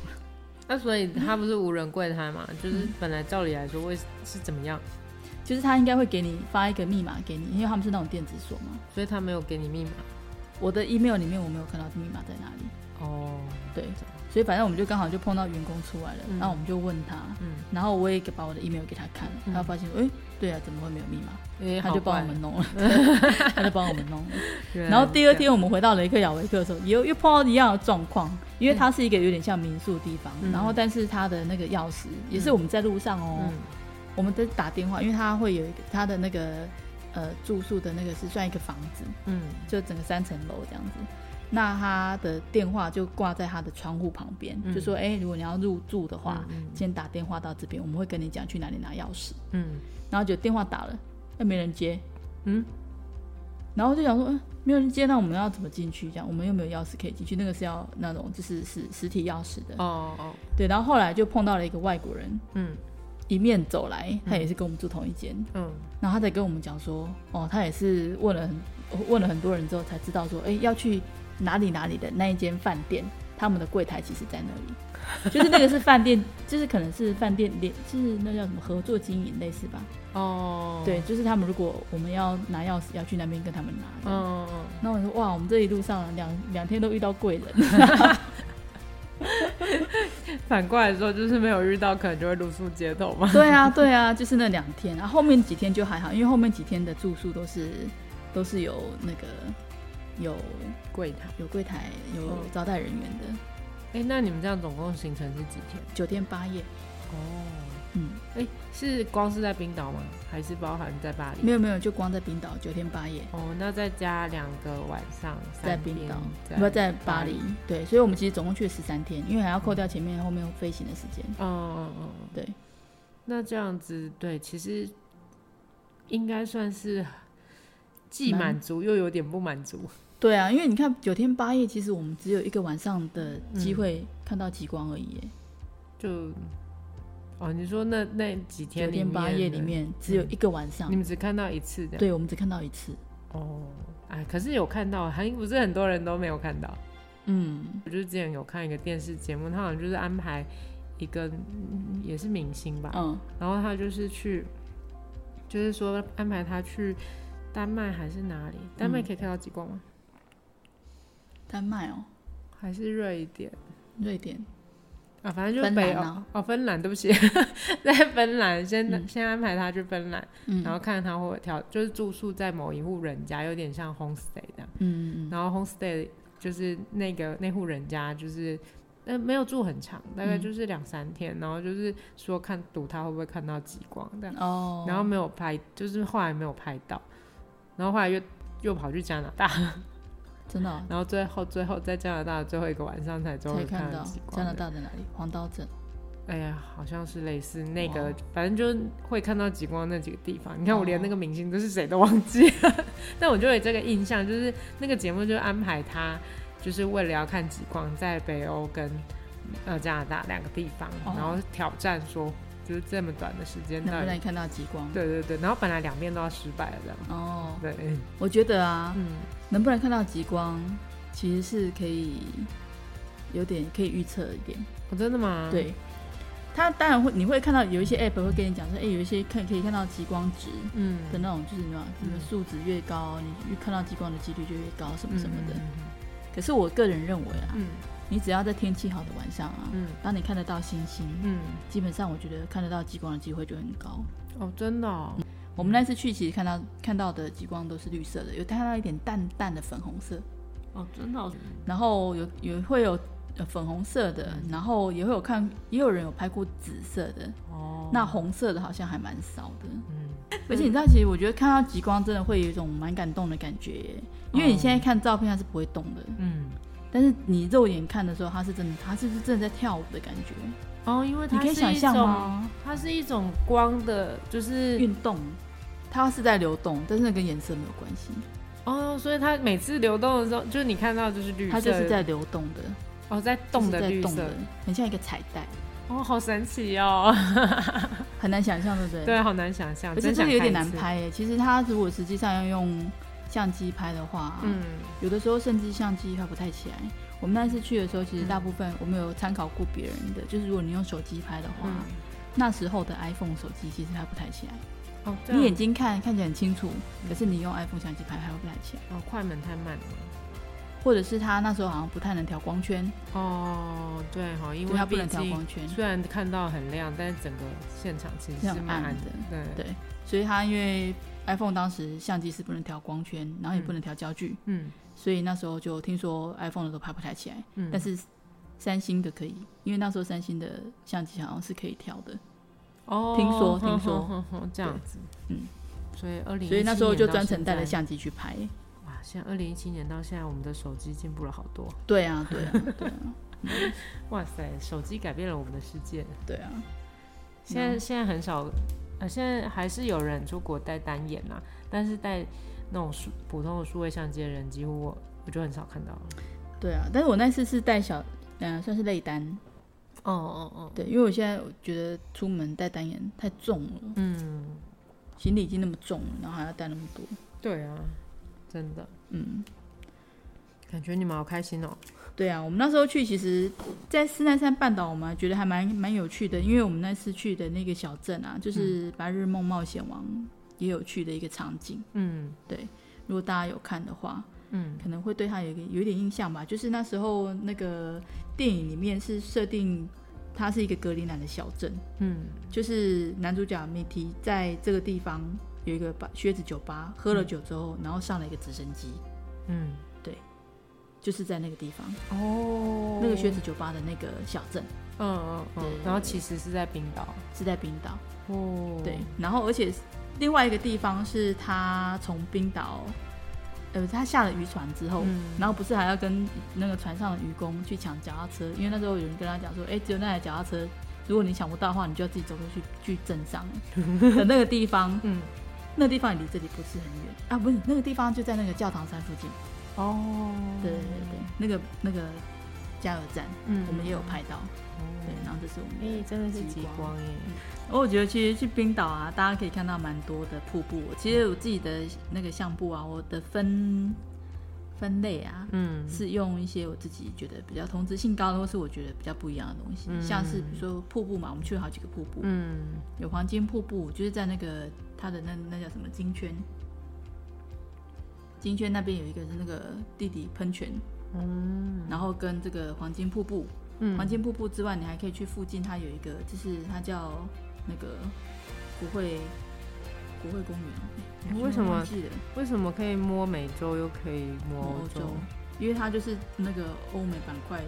B: 那所以他不是无人柜台嘛？ 就是本来照理来说，为是怎么样？
A: 就是他应该会给你发一个密码给你，因为他们是那种电子锁嘛。
B: 所以他没有给你密码。
A: 我的 email 里面我没有看到密码在哪里，
B: 哦，
A: 对，所以反正我们就刚好就碰到员工出来了，
B: 嗯
A: 然后我们就问他，
B: 嗯，
A: 然后我也给把我的 email 给他看，
B: 嗯
A: 他发现，哎、对啊，怎么会没有密码？
B: 哎，
A: 他就帮我们弄了， 他就帮我们弄了。
B: 们
A: 然后第二，天我们回到雷克雅维克的时候，又又碰到一样的状况，因为它是一个有点像民宿的地方，
B: 嗯
A: 然后但是它的那个钥匙也是我们在路上哦，
B: 嗯
A: 我们在打电话，因为它会有一个它的那个呃住宿的那个是算一个房子，
B: 嗯
A: 就整个三层楼这样子。那他的电话就挂在他的窗户旁边，
B: 嗯
A: 就说：“哎、如果你要入住的话，
B: 嗯
A: 先打电话到这边，我们会跟你讲去哪里拿钥匙。
B: 嗯”
A: 然后就电话打了，那没人接，
B: 嗯
A: 然后就想说，嗯，没有人接，那我们要怎么进去？这样我们又没有钥匙可以进去，那个是要那种就是实实体钥匙的。
B: 哦哦
A: 对，然后后来就碰到了一个外国人，
B: 嗯
A: 迎面走来，他也是跟我们住同一间，
B: 嗯
A: 然后他才跟我们讲说，哦，他也是问了很问了很多人之后才知道说，哎，要去哪里哪里的那一间饭店，他们的柜台其实在那里，就是那个是饭店，就是可能是饭店连，就是那叫什么合作经营类似吧？
B: 哦，
A: 对，就是他们如果我们要拿钥匙，要去那边跟他们拿。这样
B: 嗯，嗯
A: 那我说哇，我们这一路上两两天都遇到贵人，
B: 嗯反过来说，就是没有遇到，可能就会露宿街头 嘛。
A: 对啊对啊，就是那两天，然后后面几天就还好，因为后面几天的住宿都是都是有那个有
B: 柜台。
A: 有柜台有
B: 嗯
A: 招待人员的，
B: 哎，那你们这样总共行程是几天？
A: 九天八夜，
B: 哦，
A: 嗯，
B: 哎，是光是在冰岛吗？还是包含在巴黎？
A: 没有没有，就光在冰岛九天八夜，
B: 哦，那再加两个晚上，
A: 在
B: 三
A: 冰
B: 天
A: 岛
B: 在
A: 不在巴黎，对，所以我们其实总共去了十三天，因为还要扣掉前面后面飞行的时间，
B: 哦哦哦，哦
A: 对。
B: 那这样子，对，其实应该算是既满足又有点不满足。
A: 对啊，因为你看九天八夜，其实我们只有一个晚上的机会看到极光而已耶，
B: 就哦，你说那那几
A: 九
B: 天里
A: 天
B: 面
A: 八夜
B: 的
A: 里，面只有一个晚上
B: 你，们只看到一次的
A: 对我们只看到一次。
B: 哦。哎，可是有看到，还不是很多人都没有看到。
A: 嗯，
B: 我就是之前有看一个电视节目，他好像就是安排一个嗯也是明星吧，
A: 嗯，
B: 然后他就是去，就是说安排他去丹麦还是哪里？丹
A: 嗯
B: 麦可以看到极光吗？
A: 丹麦哦，
B: 还是瑞典
A: 瑞典，
B: 啊？反正就
A: 芬
B: 是北欧
A: 兰啊
B: 哦，芬兰，对不起， 在芬兰先、先安排他去芬兰，
A: 嗯
B: 然后看他会不会挑，就是住宿在某一户人家，有点像 homestay 这样。
A: 嗯嗯
B: 然后 homestay 就是那个那户人家就是。呃，没有住很长，大概
A: 嗯
B: 就是两三天，然后就是说看赌他会不会看到极光这样
A: 嗯，。哦，
B: 然后没有拍，就是后来没有拍到，然后后来又又跑去加拿大，
A: 真的哦
B: 然后最后最后在加拿大的最后一个晚上才终
A: 才
B: 于
A: 看
B: 到
A: 到
B: 极光。
A: 加拿，大的哪里？黄刀镇，
B: 哎呀，好像是类似那个
A: 哇，
B: 反正就是会看到极光那几个地方。你看我连
A: 哦
B: 那个明星都是谁都忘记了， 但我就有这个印象，就是那个节目就安排他，就是为了要看极光，在北欧跟呃加拿大两个地方，
A: 哦
B: 然后挑战说，就是这么短的时间到
A: 能不
B: 底。
A: 能看到极光？
B: 对对对，然后本来两边都要失败了，这样。
A: 哦，
B: 对，
A: 我觉得啊，
B: 嗯，
A: 能不能看到极光，其实是可以有点可以预测一点。
B: 哦，真的吗？，
A: 对，它当然会，你会看到有一些 app 会跟你讲说，哎，有一些看可以看到极光值
B: 嗯，
A: 的那种，就是什么什么
B: 嗯
A: 数值越高，你越看到极光的几率就越高，什么
B: 嗯
A: 什么的。
B: 嗯
A: 可是我个人认为啊，
B: 嗯
A: 你只要在天气好的晚上啊，
B: 嗯
A: 当你看得到星星，
B: 嗯，
A: 基本上我觉得看得到极光的机会就很高。
B: 哦，真的哦，
A: 我们那次去其实看到看到的极光都是绿色的，有看到一点淡淡的粉红色，
B: 哦，真的哦，
A: 然后有有会有呃粉红色的，然后也会有看也有人有拍过紫色的，
B: 哦，
A: 那红色的好像还蛮少的。
B: 嗯，
A: 而且你知道，其实我觉得看到极光真的会有一种蛮感动的感觉耶，因为你现在看照片它是不会动的，
B: 嗯，
A: 但是你肉眼看的时候，它是真的，它是不是真的在跳舞的感觉？
B: 哦，因为
A: 你
B: 它
A: 可以
B: 是
A: 想
B: 一
A: 象
B: 种，
A: 吗？
B: 它是一种光的，就是
A: 运动，它是在流动，但是那跟颜色没有关系，
B: 哦，所以它每次流动的时候，就是你看到就是绿色，
A: 它就是在流动的，
B: 哦在
A: 就是
B: 动的
A: 在
B: 绿
A: 动
B: 色
A: 的，，很像一个彩带，
B: 哦好神奇哦，
A: 很难想象，对不对？。
B: 对，好啊难想象，
A: 而且
B: 真
A: 这
B: 想
A: 个有点难
B: 看一次，
A: 拍耶。其实它如果实际上要用相机拍的话，
B: 嗯
A: 有的时候甚至相机拍不太起来。我们那次去的时候，其实大部分我们有参考过别人的，就是如果你用手机拍的话，
B: 嗯，
A: 那时候的 iPhone 手机其实拍不太起来。
B: 哦这
A: 你眼
B: 样
A: 睛看看起来很清楚，可是你用 iPhone 相机拍拍不太起来，
B: 哦快门太慢了。
A: 或者是它那时候好像不太能调光圈，
B: 哦，对哈，因
A: 对，
B: 为
A: 它不
B: 毕
A: 能调
B: 竟
A: 光圈，
B: 虽然看到很亮，但是整个现场其实
A: 这
B: 是
A: 样
B: 蛮
A: 暗
B: 暗
A: 的
B: 对，
A: 对，所以它因为 iPhone 当时相机是不能调光圈，然后也
B: 嗯
A: 不能调焦距，
B: 嗯
A: 所以那时候就听说 iPhone 的都拍不太起来，
B: 嗯，
A: 但是三星的可以，因为那时候三星的相机好像是可以调的，
B: 哦，
A: 听说
B: 哼
A: 听说
B: 哼哼哼这样子，
A: 嗯，
B: 所以二零，
A: 所以那时候就专程带了相机去拍。
B: 哇，现在二零一七年到现在，我们的手机进步了好多，
A: 对啊， 对啊，对啊，
B: 哇塞，手机改变了我们的世界。
A: 对啊，
B: 现在现在很少，呃，现在还是有人出国带单眼啦，但是带那种数普通的数位相机的人，几乎我我就很少看到了。
A: 对啊。但是我那次是带小，嗯、算是内单，
B: 哦哦哦，
A: 对，因为我现在我觉得出门带单眼太重了，
B: 嗯，
A: 行李已经那么重了，然后还要带那么多，
B: 对啊，真的。
A: 嗯，
B: 感觉你们好开心哦！
A: 对啊。我们那时候去，其实，在四奈山半岛，我们还觉得还蛮蛮有趣的，因为我们那次去的那个小镇啊，就是《白日梦冒险王》也有去的一个场景。
B: 嗯
A: 如果大家有看的话，
B: 嗯
A: 可能会对他有一个有一点印象吧。就是那时候那个电影里面是设定它是一个格陵兰的小镇，
B: 嗯
A: 就是男主角米提在这个地方有一个吧靴子酒吧，喝了酒之后，然后上了一个直升机，
B: 嗯，
A: 就是在那个地方，
B: 哦
A: 那个靴子酒吧的那个小镇
B: 嗯嗯嗯，然后其实是在冰岛
A: 是在冰岛，
B: 哦，
A: 对，然后而且另外一个地方是他从冰岛。呃，他下了渔船之后，
B: 嗯
A: 然后不是还要跟那个船上的渔工去抢脚踏车，因为那时候有人跟他讲说，哎、只有那台脚踏车，如果你抢不到的话，你就要自己走路去去镇上 的那个地方，
B: 嗯
A: 那个地方也离这里不是很远啊，不是那个地方就在那个教堂山附近，
B: 哦，
A: 对对对对，那个那个加油站，
B: 嗯
A: 我们也有拍到，对，
B: 哦，
A: 然后这是我们的
B: 哎，真的是
A: 极
B: 极
A: 光
B: 光耶，
A: 哦，我觉得其实去冰岛啊，大家可以看到蛮多的瀑布。其实我自己的那个相簿啊，我的分分类啊，
B: 嗯
A: 是用一些我自己觉得比较同质性高的，或是我觉得比较不一样的东西，
B: 嗯
A: 像是比如说瀑布嘛，我们去了好几个瀑布，
B: 嗯，
A: 有黄金瀑布，就是在那个它的那那叫什么金圈，金圈那边有一个是那个地底喷泉，
B: 嗯
A: 然后跟这个黄金瀑布，
B: 嗯
A: 黄金瀑布之外，你还可以去附近，它有一个，就是它叫那个国会国会公园哦。哎
B: 嗯为什么
A: 忘记了
B: 为什么可以摸美洲又可以摸
A: 欧
B: 欧
A: 洲？因为它就是那个欧美板块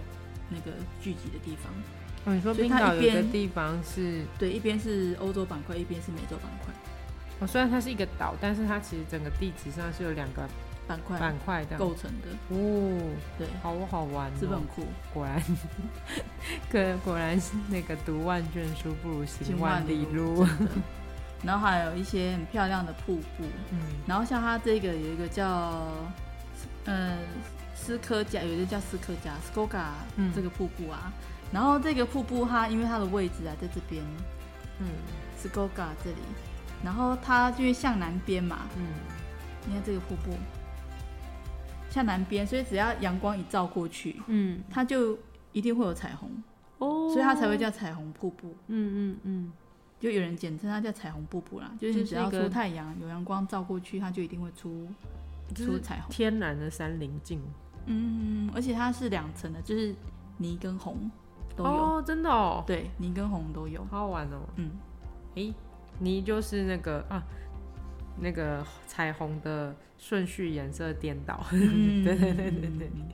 A: 那个聚集的地方。
B: 哦，你说
A: 所以
B: 冰
A: 它
B: 岛
A: 一
B: 有一个
A: 边
B: 地方是，
A: 对，一边是欧洲板块，一边是美洲板块。
B: 哦，虽然它是一个岛，但是它其实整个地址上是有两个
A: 板块
B: 板块的。
A: 构成的，
B: 哦，
A: 对，
B: 好好玩
A: 是不是
B: 哦
A: 很！酷？
B: 果然， 果果然是那个读万卷书不如行
A: 行
B: 万
A: 万里
B: 里路。
A: 然后还有一些很漂亮的瀑布，
B: 嗯
A: 然后像它这个有一个叫，呃，斯科加，有一个叫斯科加 （Skoga）
B: 嗯
A: 这个瀑布啊。然后这个瀑布它因为它的位置啊在这边
B: 嗯
A: Skoga 这里，然后它因为向南边嘛，
B: 嗯，
A: 你看这个瀑布向南边，所以只要阳光一照过去，
B: 嗯
A: 它就一定会有彩虹，
B: 哦，
A: 所以它才会叫彩虹瀑布。
B: 嗯嗯嗯，
A: 就有人简称它叫彩虹瀑布啦，就是
B: 就
A: 你
B: 是
A: 只要
B: 一个
A: 出太阳，有阳光照过去，它就一定会出
B: 就
A: 出
B: 是
A: 彩虹。
B: 天然的山林镜
A: 嗯，而且它是两层的，就是泥跟红都有，
B: 哦，真的哦，
A: 对，泥跟红都有。
B: 好好玩哦。
A: 嗯，
B: 诶，泥就是那个啊，那个彩虹的顺序颜色颠倒，
A: 嗯
B: 对对对对对，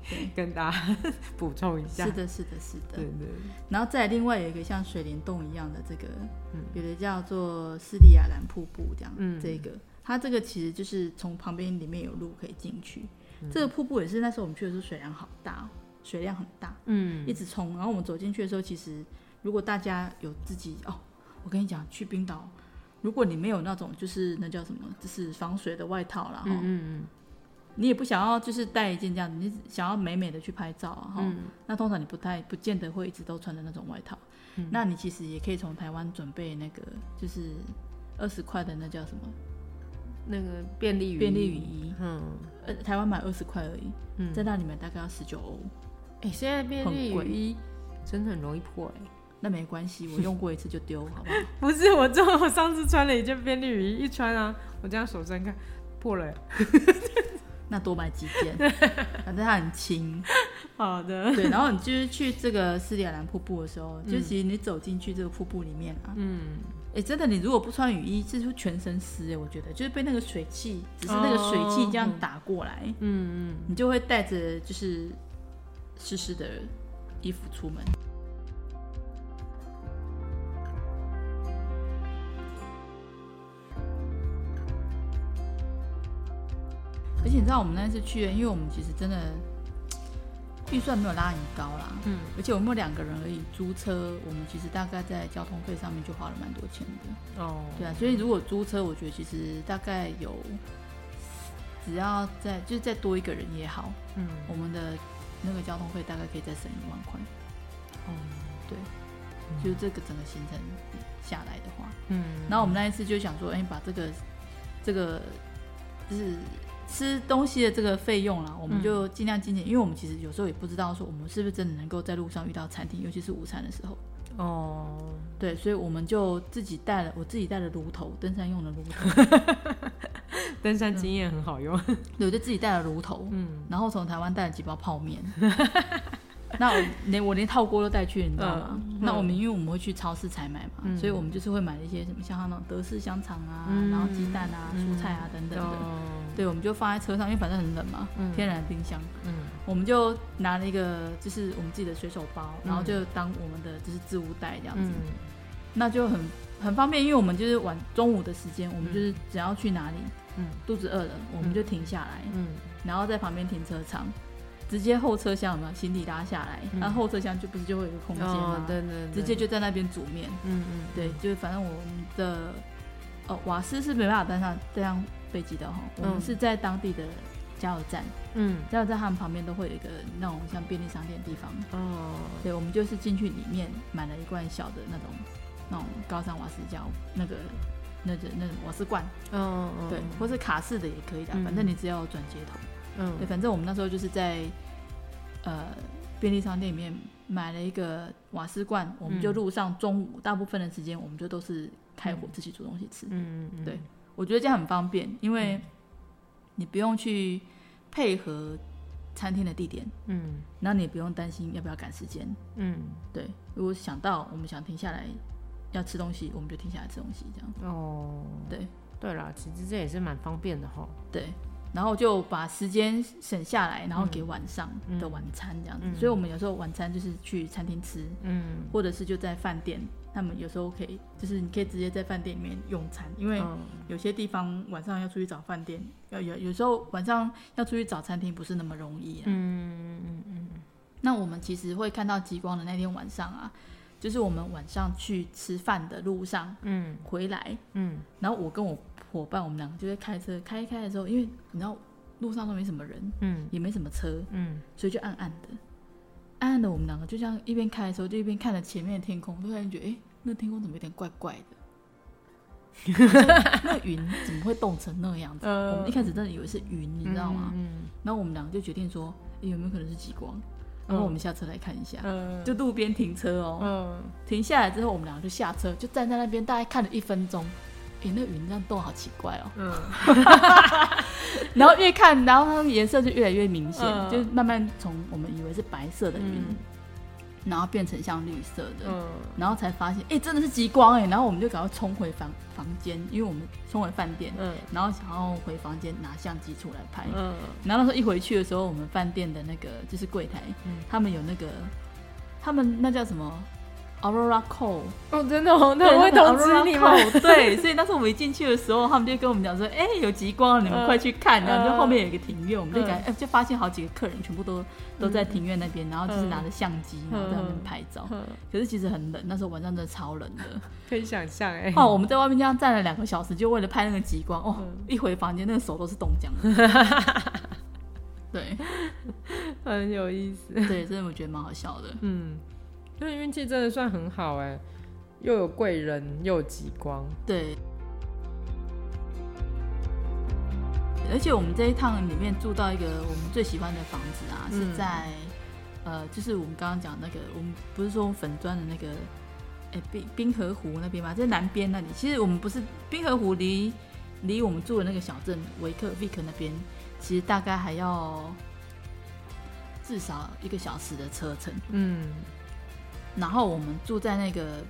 A: 对
B: 跟大家 补充一下。
A: 是的，是的，是
B: 对
A: 的。
B: 对，
A: 然后再来另外有一个像水帘洞一样的这个，
B: 嗯
A: 有的叫做斯里亚兰瀑布这样，
B: 嗯
A: 这个它这个其实就是从旁边里面有路可以进去。
B: 嗯
A: 这个瀑布也是那时候我们去的时候水量好大哦，水量很大。
B: 嗯
A: 一直冲。然后我们走进去的时候，其实如果大家有自己哦，我跟你讲，去冰岛如果你没有那种就是那叫什么，就是防水的外套啦，哈、
B: 嗯嗯
A: 你也不想要就是带一件这样子，你只想要美美的去拍照啊，哈、
B: 嗯
A: 那通常你不太不见得会一直都穿着那种外套，
B: 嗯
A: 那你其实也可以从台湾准备那个就是二十块的那叫什么
B: 嗯，那个便利雨
A: 便利雨
B: 衣，
A: 衣，
B: 嗯
A: 呃，台湾买二十块而已，
B: 嗯，
A: 在那里面大概要十九欧，
B: 哎、现在便
A: 很
B: 利
A: 贵
B: 雨衣真的很容易破哎、
A: 那没关系，我用过一次就丢，好不 好？
B: 不是我这我上次穿了一件便利雨衣，一穿啊，我这样手伸开破了、
A: 那多买几 件，反正它很轻。
B: 好的，
A: 对，然后你就是去这个斯里兰兰瀑布的时候，就其实你走进去这个瀑布里面啊，
B: 嗯，
A: 哎、真的，你如果不穿雨衣，这是会全身湿哎，我觉得就是被那个水汽，只是那个水汽这样打过来，
B: 嗯
A: 你就会带着就是湿湿的衣服出门。而且你知道我们那次去，因为我们其实真的预算没有拉很高啦，
B: 嗯，
A: 而且我们两个人而已，租车我们其实大概在交通费上面就花了蛮多钱的，
B: 哦，
A: 对啊，所以如果租车，我觉得其实大概有，只要再就是再多一个人也好，
B: 嗯，
A: 我们的那个交通费大概可以再省一万块，
B: 哦，
A: 就是这个整个行程下来的话，
B: 嗯，
A: 然后我们那一次就想说，哎、把这个这个就是吃东西的这个费用啦，我们就尽量精简，因为我们其实有时候也不知道说我们是不是真的能够在路上遇到餐厅，尤其是午餐的时候。
B: 哦，
A: 对，所以我们就自己带了，我自己带了炉头，登山用的炉头，
B: 登山经验很好用，
A: 对，我就自己带了炉头，
B: 嗯，
A: 然后从台湾带了几包泡面。 那我连我连套锅都带去，你知道吗？
B: 嗯
A: 那我们因为我们会去超市采买嘛，
B: 嗯
A: 所以我们就是会买一些什么像他那种德式香肠啊，
B: 嗯
A: 然后鸡蛋啊、
B: 嗯
A: 蔬菜啊等等的。
B: 哦，
A: 对，我们就放在车上，因为反正很冷嘛，
B: 嗯
A: 天然冰箱，
B: 嗯
A: 我们就拿了一个就是我们自己的水手包，然后
B: 嗯
A: 就当我们的就是置物袋这样子。
B: 嗯
A: 那就很很方便，因为我们就是晚中午的时间，我们就是只要去哪里
B: 嗯
A: 肚子饿了，我们就停下来，
B: 嗯，
A: 然后在旁边停车场，直接后车厢嘛，行李拉下来，
B: 嗯
A: 然后后车厢就不是就会有一个空间
B: 哦
A: 吗，？
B: 对对，对
A: 直接，就在那边煮面，
B: 嗯嗯，
A: 对，就是反正我们的哦瓦斯是没办法带上这样飞机的哈，我们
B: 嗯
A: 是在当地的加油站，
B: 嗯，
A: 加油站他们旁边都会有一个那种像便利商店的地方，
B: 哦，
A: 对，我们就是进去里面买了一罐小的那种那种高山瓦斯胶，那个那个那种瓦斯罐，
B: 哦，
A: 对，或是卡式的也可以的，
B: 嗯
A: 反正你只要有转接头。
B: 嗯，
A: 对，反正我们那时候就是在呃便利商店里面买了一个瓦斯罐，我们就
B: 嗯
A: 路上中午大部分的时间我们就都是开火自己煮东西吃。
B: 嗯嗯，
A: 对，我觉得这样很方便，因为你不用去配合餐厅的地点，
B: 嗯
A: 然后你也不用担心要不要赶时间。
B: 嗯，
A: 对，如果想到我们想停下来要吃东西，我们就停下来吃东西，这样
B: 哦，
A: 对
B: 对啦，其实这也是蛮方便的哈，
A: 对。然后就把时间省下来，然后给晚上的
B: 嗯
A: 晚餐这样子。
B: 嗯
A: 所以我们有时候晚餐就是去餐厅吃，
B: 嗯，
A: 或者是就在饭店。他们有时候可以，就是你可以直接在饭店里面用餐，因为
B: 嗯
A: 有些地方晚上要出去找饭店，有有有时候晚上要出去找餐厅不是那么容易、啊。
B: 嗯嗯嗯
A: 那我们其实会看到极光的那天晚上啊，就是我们晚上去吃饭的路上
B: 嗯
A: 回来，
B: 嗯
A: 然后我跟我伙伴，我们两个就在开车，开一开的时候，因为你知道路上都没什么人，
B: 嗯
A: 也没什么车，
B: 嗯
A: 所以就暗暗的，暗暗的。我们两个就这样一边开的时候，就一边看着前面的天空，突然觉得，哎、那天空怎么有点怪怪的？ 那云怎么会冻成那样子？
B: 呃
A: 我们一开始真的以为是云，你知道吗？
B: 嗯
A: 然后我们两个就决定说，诶有没有可能是极光？然后我们下车来看一下，
B: 嗯
A: 就路边停车哦。
B: 嗯
A: 停下来之后，我们两个就下车，就站在那边大概看了一分钟。诶，那云这样动好奇怪哦。
B: 嗯
A: 然后越看，然后它们颜色就越来越明显，
B: 嗯
A: 就慢慢从我们以为是白色的云，
B: 嗯
A: 然后变成像绿色的，
B: 嗯
A: 然后才发现，哎、真的是极光哎、然后我们就赶快冲回房房间，因为我们冲回饭店，
B: 嗯
A: 然后想要回房间拿相机出来拍。
B: 嗯
A: 然后那时候一回去的时候，我们饭店的那个就是柜台，
B: 嗯
A: 他们有那个，他们那叫什么？ Aurora Cole，
B: 哦，真的哦，那我会通知你们。
A: Cole, 对，所以当时我们一进去的时候，他们就跟我们讲说，哎、有极光，你
B: 嗯
A: 们快去看。然后就后面有一个庭院，我们就感，哎、就发现好几个客人全部都都在庭院那边，然后就是拿着相机，然后在那边拍照。
B: 嗯嗯
A: 可是其实很冷，那时候晚上真的超冷的。
B: 可以想象 哎、
A: 哦，我们在外面这样站了两个小时，就为了拍那个极光。哦，
B: 嗯
A: 一回房间那个手都是冻僵 的。对
B: 很有意思。
A: 对，所以我觉得蛮好笑的。
B: 嗯，所以运气真的算很好哎、又有贵人，又有极光。
A: 对。而且我们这一趟里面住到一个我们最喜欢的房子啊，
B: 嗯
A: 是在呃，就是我们刚刚讲那个，我们不是说我们粉砖的那个，哎、冰冰河湖那边嘛，在南边那里。其实我们不是冰河湖离离我们住的那个小镇维克 Vic 那边，其实大概还要至少一个小时的车程。
B: 嗯
A: 然后我们住在那个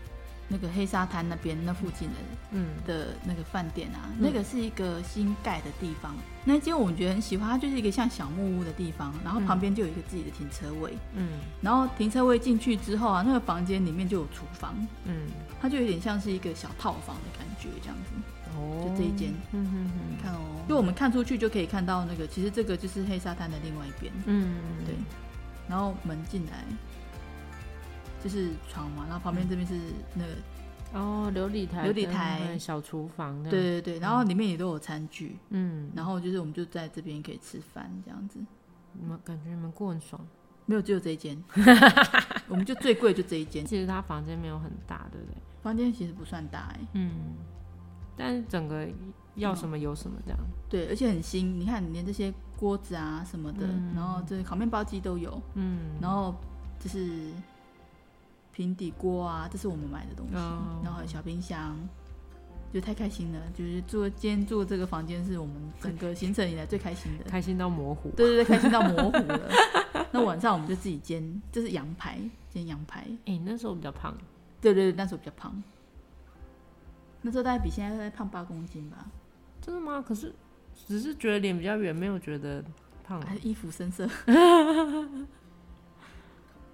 A: 那个黑沙滩那边那附近的
B: 嗯
A: 的那个饭店啊，
B: 嗯
A: 那个是一个新盖的地方，那间我们觉得很喜欢，它就是一个像小木屋的地方，然后旁边就有一个自己的停车位，
B: 嗯
A: 然后停车位进去之后啊，那个房间里面就有厨房，
B: 嗯，
A: 它就有点像是一个小套房的感觉这样子。
B: 哦
A: 就这一间。
B: 嗯嗯嗯
A: 你看哦，就我们看出去就可以看到那个，其实这个就是黑沙滩的另外一边，
B: 嗯，
A: 对，然后门进来就是床嘛，然后旁边这边是那个，
B: 哦，琉璃台，
A: 琉璃台
B: 小厨房，啊
A: 对，对对，然后里面也都有餐具，
B: 嗯，
A: 然后就是我们就在这边可以吃饭这样子。
B: 你们感觉你们过很爽。
A: 没有，只有这一 间，我们就最贵就这一间，
B: 其实他房间没有很大，对不对？
A: 房间其实不算大哎、
B: 嗯，但是整个要什么有什么这样。
A: 对，而且很新，你看连这些锅子啊什么的，
B: 嗯
A: 然后这烤面包机都有，
B: 嗯，
A: 然后就是平底锅啊，这是我们买的东西，
B: 哦
A: 然后还有小冰箱，就太开心了，就是住今天住这个房间是我们整个行程以来最开心 的，
B: 嗯开心到模糊。
A: 对对对，开心到模糊了。那晚上我们就自己煎，这是羊排，煎羊排，
B: 哎、那时候比较胖，
A: 对对对，那时候比较胖，那时候大概比现在大概胖八公斤吧，
B: 真的吗？可是只是觉得脸比较圆，没有觉得胖。
A: 还是衣服深色，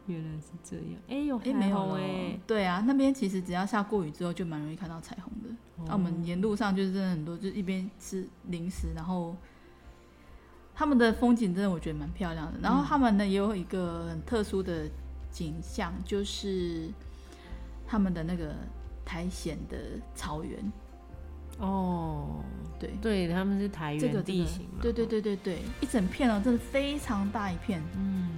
B: 原来是这样。哎、有
A: 哎、
B: 还
A: 没有
B: 好
A: 了
B: 哎、
A: 对啊，那边其实只要下过雨之后，就蛮容易看到彩虹的。
B: 哦
A: 那、我们沿路上就是真的很多，就是一边吃零食，然后他们的风景真的我觉得蛮漂
B: 嗯
A: 亮的。然后他们呢也有一个很特殊的景象，就是他们的那个苔藓的草原，
B: 哦，
A: 对。
B: 对，他们是台
A: 这个
B: 原
A: 真
B: 地
A: 的
B: 形嘛。
A: 对对对对对，一整片哦，真的非常大一片。
B: 嗯，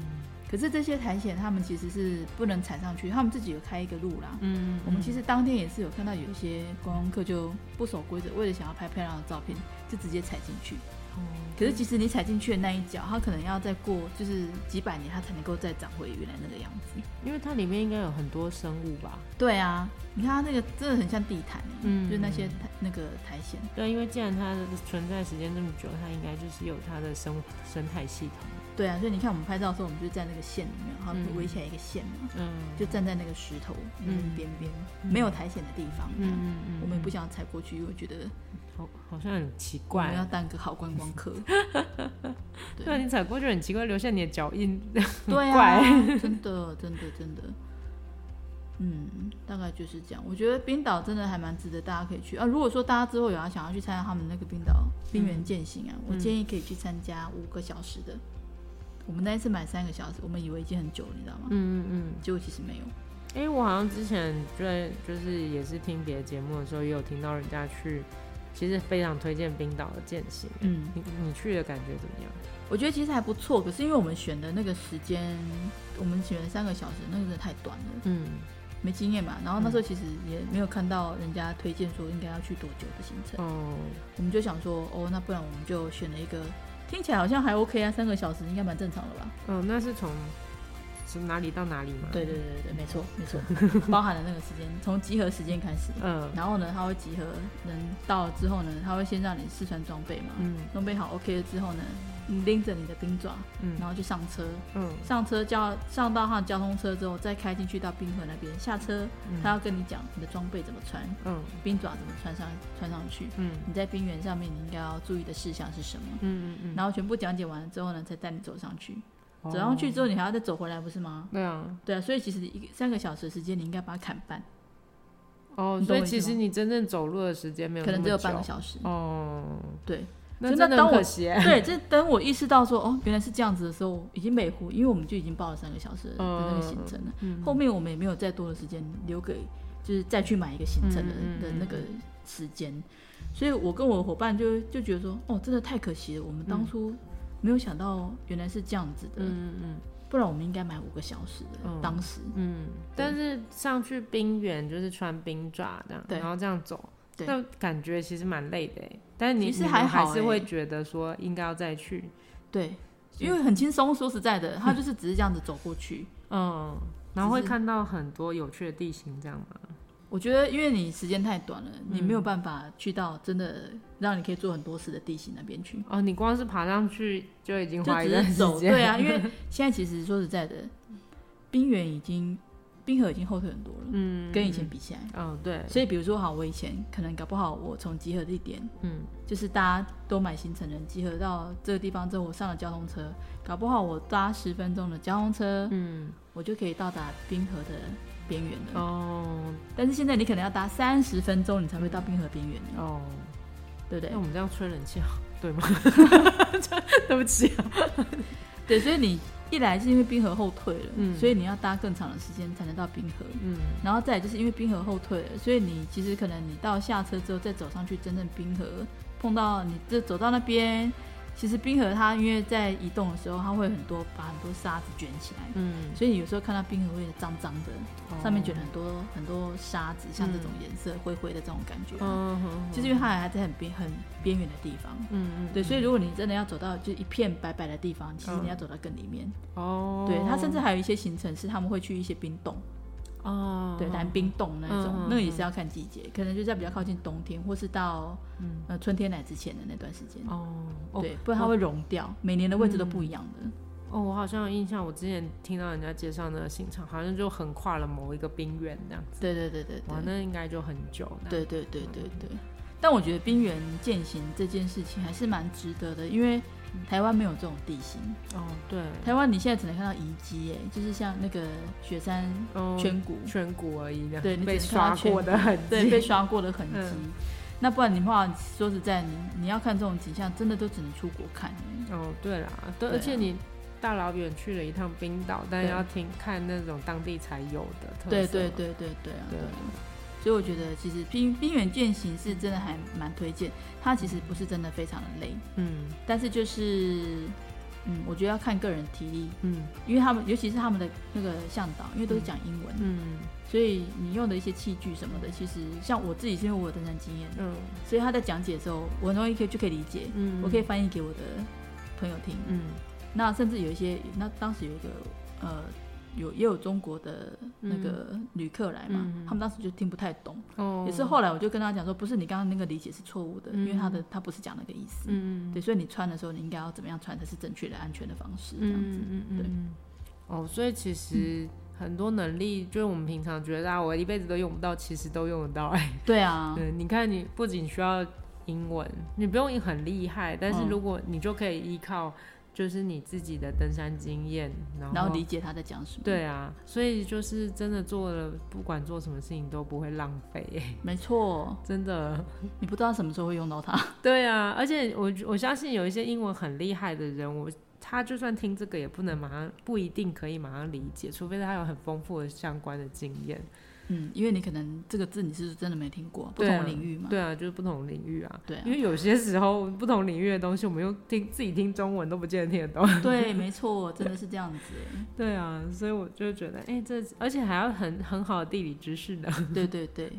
A: 可是这些苔藓他们其实是不能踩上去，他们自己有开一个路啦。
B: 嗯嗯，
A: 我们其实当天也是有看到有一些观光客就不守规则，为了想要拍漂亮的照片，就直接踩进去。
B: 哦
A: 可是其实你踩进去的那一脚，它可能要再过就是几百年，它才能够再长回原来那个样子。
B: 因为它里面应该有很多生物吧？
A: 对啊，你看它那个真的很像地毯，欸
B: 嗯
A: 就是那些苔那个苔藓。
B: 对，啊因为既然它的存在时间这么久，它应该就是有它的生生态系统。
A: 对啊，所以你看我们拍照的时候，我们就在那个线里面，然后
B: 嗯
A: 围起来一个线嘛，
B: 嗯，
A: 就站在那个石头
B: 嗯
A: 嗯边边、
B: 嗯
A: 没有苔藓的地方。
B: 嗯嗯嗯，
A: 我们也不
B: 嗯
A: 想要踩过去，因为我觉得
B: 好，好像很奇
A: 我们
B: 怪
A: 要。当个好观光 客。对
B: 对啊，你踩过去很奇怪，留下你的脚印。
A: 对啊
B: 怪，
A: 真的，真的，真的。嗯，大概就是这样。我觉得冰岛真的还蛮值得大家可以去啊。如果说大家之后有要想要去参加他们那个冰岛
B: 嗯
A: 冰原践行啊，我建议可以去参加五个小时的。我们那一次买三个小时，我们以为已经很久了，你知道吗？
B: 嗯嗯嗯。
A: 结果其实没有。
B: 哎、我好像之前在就是也是听别的节目的时候，也有听到人家去，其实非常推荐冰岛的践行。
A: 嗯，
B: 你你去的感觉怎么样？
A: 我觉得其实还不错，可是因为我们选的那个时间，我们选了三个小时，那个真的太短了，
B: 嗯
A: 没经验嘛。然后那时候其实也没有看到人家推荐说应该要去多久的行程。
B: 哦，
A: 我们就想说，哦，那不然我们就选了一个听起来好像还 OK 啊，三个小时应该蛮正常的吧？
B: 嗯，那是从从哪里到哪里吗？
A: 对对，对对对，没错没错， 包含了那个时间，从集合时间开始，
B: 嗯
A: 然后呢，它会集合人到了之后呢，它会先让你试穿装备嘛，
B: 嗯
A: 装备好 OK 了之后呢，你拎着你的冰爪，
B: 嗯
A: 然后就上车，
B: 嗯
A: 上车叫上到他的交通车之后，再开进去到冰河那边下车，他要跟你讲你的装备怎么穿，
B: 嗯
A: 冰爪怎么穿上穿上去，
B: 嗯
A: 你在冰原上面你应该要注意的事项是什么。
B: 嗯嗯嗯，嗯哦
A: 然后全部讲解完了之后呢，才带你走上去。走上去之后，你还要再走回来，不是吗？
B: 对啊，
A: 对啊，所以其实一三个小时的时间，你应该把它砍半，
B: 哦，
A: 你懂
B: 所以
A: 我意
B: 其
A: 思
B: 实
A: 吗
B: 你真正走路的时间没有
A: 可能
B: 那
A: 只有
B: 么
A: 半个
B: 久
A: 小时。
B: 哦，
A: 对，
B: 那
A: 真
B: 真
A: 的
B: 很
A: 当
B: 可
A: 我
B: 惜欸。
A: 对，这等我意识到说哦，原来是这样子的时候，已经美糊，因为我们就已经报了三个小时的那个行程了。
B: 嗯
A: 后面我们也没有再多的时间留给，就是再去买一个行程的、
B: 嗯嗯嗯
A: 的那个时间。所以我跟我的伙伴就就觉得说，哦，真的太可惜了，我们当初没有想到原来是这样子的，
B: 嗯嗯
A: 不然我们应该买五个小时的。
B: 嗯
A: 当时
B: 嗯，但是上去冰原就是穿冰爪这样，
A: 对
B: 然后这样走，
A: 对
B: 那感觉其实蛮累的欸。但是你
A: 其实
B: 你们
A: 还
B: 还
A: 好
B: 是
A: 欸
B: 会觉得说应该要再去，
A: 对，
B: 是
A: 因为很轻松，说实在的，他就是只是这样子走过去。
B: 嗯，然后会
A: 只是
B: 看到很多有趣的地形，这样吗？
A: 我觉得，因为你时间太短了，
B: 嗯
A: 你没有办法去到真的让你可以做很多事的地形那边去，
B: 哦，你光是爬上去就已经
A: 就
B: 花一
A: 只
B: 段
A: 是
B: 时
A: 走。
B: 间，
A: 对啊，因为现在其实说实在的，冰原已经冰河已经后退很多了，
B: 嗯，
A: 跟以前比起来。
B: 嗯，哦，对，
A: 所以比如说，好，我以前可能搞不好，我从集合地点，
B: 嗯，
A: 就是大家都买行程人集合到这个地方之后，我上了交通车，搞不好我搭十分钟的交通车，
B: 嗯，
A: 我就可以到达冰河的边缘了。
B: 哦，
A: 但是现在你可能要搭三十分钟，你才会到冰河边缘，
B: 哦，
A: 对不对
B: 那？我们这样吹冷气好，对吗？ 对不起啊，
A: 对，所以你一来是因为冰河后退了，
B: 嗯
A: 所以你要搭更长的时间才能到冰河，
B: 嗯，
A: 然后再来就是因为冰河后退了，所以你其实可能你到下车之后再走上去真正冰河，碰到你这走到那边，其实冰河它因为在移动的时候，它会很多把很多沙子卷起来，
B: 嗯，
A: 所以你有时候看到冰河会脏脏的，上面卷了
B: 哦，
A: 很多很多沙子，像这种颜色灰灰的这种感觉，啊
B: 嗯哼，
A: 就是因为它还在很边很边缘的地方。
B: 嗯嗯，
A: 对，所以如果你真的要走到就一片白白的地方，其实你要走到更里面。
B: 哦，
A: 对，它甚至还有一些行程是他们会去一些冰洞，
B: 哦，
A: 对，蓝冰洞那一种，
B: 嗯嗯
A: 那个也是要看季节，可能就在比较靠近冬天，或是到、
B: 嗯
A: 呃春天来之前的那段时间。
B: 哦，哦嗯
A: 对，不然它会融掉，每年的位置都不一样的。
B: 哦，我好像有印象，我之前听到人家介绍那个行程，好像就横跨了某一个冰原这样子，
A: 对对对对
B: 哇，嗯
A: 对，
B: 那应该就很久了，
A: 对对对对对。但我觉得冰原践行这件事情还是蛮值得的，因为台湾没有这种地形。
B: 哦，嗯对，
A: 台湾你现在只能看到遗迹，哎，就是像那个雪山
B: 哦
A: 圈谷，
B: 颧骨而已，
A: 对你
B: 被
A: 只能看到
B: 刷过的痕迹，
A: 对， 被刷过的痕迹。
B: 嗯
A: 那不然的话，说实在，你你要看这种景象，真的都只能出国看。
B: 哦，对啦，
A: 对
B: 对，
A: 啊
B: 而且你大老远去了一趟冰岛，但
A: 对
B: 要听看那种当地才有的特色。
A: 对对对对对啊！
B: 对
A: 所以我觉得，其实冰冰原践行是真的还蛮推荐。它其实不是真的非常的累，
B: 嗯
A: 但是就是，嗯，我觉得要看个人体力，
B: 嗯
A: 因为他们尤其是他们的那个向导，因为都是讲英文，
B: 嗯
A: 所以你用的一些器具什么的，其实像我自己是因为我有登山经验，
B: 嗯
A: 所以他在讲解的时候，我很容易可以就可以理解，
B: 嗯
A: 我可以翻译给我的朋友听。
B: 嗯
A: 那甚至有一些，那当时有一个呃，有也有中国的那个旅客来嘛，
B: 嗯
A: 他们当时就听不太懂，
B: 哦
A: 也是后来我就跟他讲说，不是你刚刚那个理解是错误的，
B: 嗯
A: 因为他的他不是讲那个意思，
B: 嗯
A: 对，所以你穿的时候你应该要怎么样穿才是正确的、安全的方式，这样子。
B: 嗯嗯嗯哦，所以其实很多能力，就是我们平常觉得啊，我一辈子都用不到，其实都用得到。哎，
A: 对啊，
B: 对，你看你不仅需要英文，你不用很厉害，但是
A: 嗯
B: 如果你就可以依靠就是你自己的登山经验，
A: 然后理解他在讲什么。，
B: 啊对啊，所以就是真的做了，不管做什么事情都不会浪费、 欸，
A: 没错，
B: 真的。
A: 你不知道什么时候会用到它。
B: 对啊，而且我我相信有一些英文很厉害的人，我他就算听这个也不能马上，不一定可以马上理解，除非他有很丰富的相关的经验。
A: 嗯，因为你可能这个字你是真的没听过，不
B: 对啊
A: 同领域嘛。
B: 对啊，就是不同领域啊。
A: 对啊
B: 因为有些时候不同领域的东西，我们用听自己听中文都不见得听得 懂。
A: 啊 对，没错，真的是这样子。
B: 对啊，所以我就觉得，哎、这而且还要很很好的地理知识呢。
A: 对对对，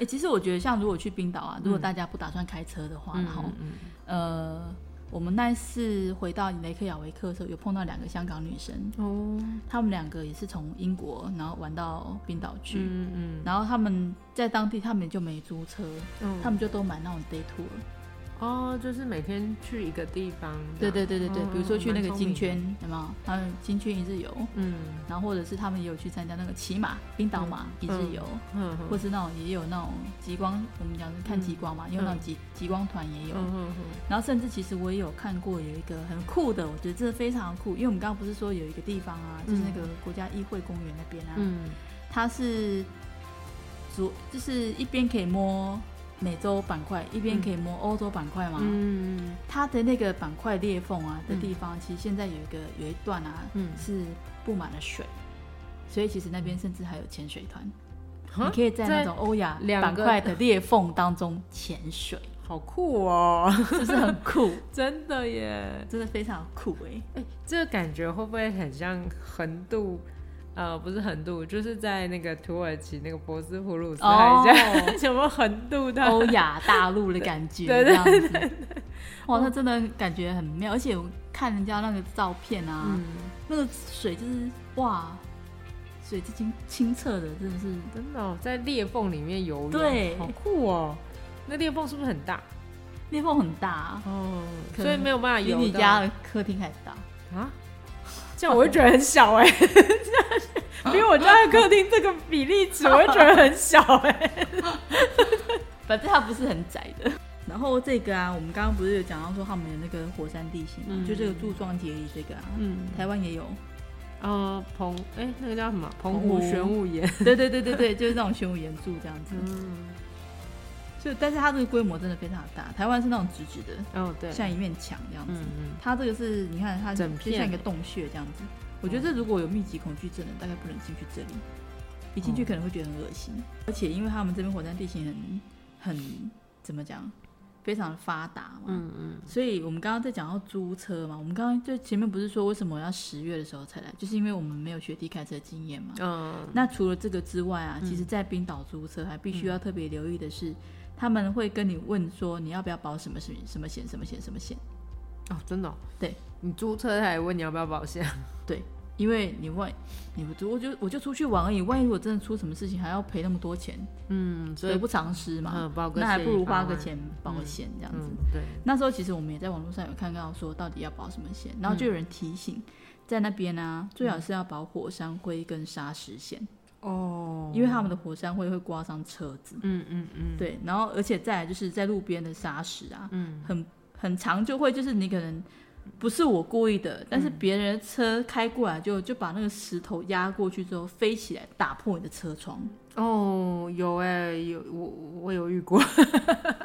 A: 哎、其实我觉得像如果去冰岛
B: 嗯
A: 啊，如果大家不打算开车的话，然后呃，我们那一次回到雷克雅维克的时候，有碰到两个香港女生，
B: 哦，
A: 她们两个也是从英国然后玩到冰岛去，
B: 嗯嗯
A: 然后她们在当地她们就没租车，
B: 嗯
A: 哦她们就都买那种 day tour，
B: 哦，就是每天去一个地方。
A: 对对对对对，
B: 嗯
A: 比如说去那个
B: 蛮聪
A: 金
B: 明
A: 圈，有没有？他们金圈一日游，
B: 嗯
A: 然后或者是他们也有去参加那个骑马冰岛马一日游，
B: 嗯
A: 或是那种也有那种极光，我们讲是看极光嘛，也有那种极极光团也有。
B: 嗯
A: 然后甚至其实我也有看过有一个很酷的，我觉得真的非常酷，因为我们刚刚不是说有一个地方啊，就是那个国家议会公园那边啊，
B: 嗯
A: 它是左就是一边可以摸美洲板块，一边可以摸欧洲板块嘛。
B: 嗯
A: 它的那个板块裂缝啊的地方，其实现在有一个有一段啊
B: 嗯
A: 是布满了水，所以其实那边甚至还有潜水团，
B: 嗯
A: 你，可以在那种欧亚
B: 两
A: 板
B: 个
A: 块的裂缝当中潜 水，
B: 好酷哦，
A: 是不是很酷？
B: 真的耶！
A: 真的非常酷哎、
B: 哎、这个感觉会不会很像横渡？呃，不是横渡，就是在那个土耳其那个博斯普鲁斯
A: 哦
B: 海峡，什么横渡的？
A: 欧亚大陆的感觉， 这
B: 对对哦
A: 样子。哇，那真的感觉很妙，而且我看人家那个照片啊，
B: 嗯，
A: 那个水就是哇，水是清清澈的，真的是
B: 真的、哦、在裂缝里面游泳，
A: 对
B: 好酷哦！那裂缝是不是很大？
A: 裂缝很大、啊，
B: 哦，
A: 可能
B: 所以没有办法
A: 比
B: 游
A: 你
B: 到
A: 家的客厅还大。
B: 啊？这样我会觉得很小 哎、这样比我家的客厅这个比例尺，我会觉得很小哎、
A: 反正它不是很窄的。然后这个啊，我们刚刚不是有讲到说他们有那个火山地形嘛，
B: 嗯
A: 就这个柱状节理这个啊，
B: 嗯，
A: 台湾也有。
B: 呃，澎哎、那个叫什么？澎
A: 湖
B: 湖玄武岩。
A: 对 对对对对，就是那种玄武岩柱这样子。
B: 嗯，
A: 就但是它这个规模真的非常大，台湾是那种直直的，
B: 哦对，
A: 像一面墙这样子。
B: 嗯嗯，
A: 它这个是你看它
B: 整
A: 就
B: 片
A: 像一个洞穴这样子。我觉得这如果有密集恐惧症的，大概不能进去这里，一进去可能会觉得很恶心。而且因为他们这边火山地形很很怎么讲，非常发达嘛，
B: 嗯嗯，
A: 所以我们刚刚在讲到租车嘛，我们刚刚就前面不是说为什么我要十月的时候才来，就是因为我们没有学地开车经验嘛。
B: 嗯
A: 那除了这个之外啊，其实，在冰岛租车还必须要特别留意的是，他们会跟你问说你要不要保什么什么什么险、什么险、什么险。
B: 哦，真的、
A: 对，
B: 你租车还问你要不要保险？
A: 对，因为你万你不租，我就我就出去玩而已，万一我真的出什么事情，还要赔那么多钱，
B: 嗯，
A: 得不偿失嘛。
B: 嗯，保个
A: 那还不如花个
B: 钱，
A: 钱保险这样子。
B: 嗯，对，
A: 那时候其实我们也在网络上有看到说到底要保什么险，然后就有人提醒，在那边呢、最好是要保火山灰跟砂石险，
B: 哦
A: 因为他们的火山灰会刮伤车子。
B: 嗯嗯嗯，
A: 对，然后而且再来就是在路边的砂石啊，
B: 嗯
A: 很很长就会就是你可能不是我故意的，但是别人的车开过来就就把那个石头压过去之后飞起来打破你的车窗，
B: 哦，有哎、有我我有遇 过，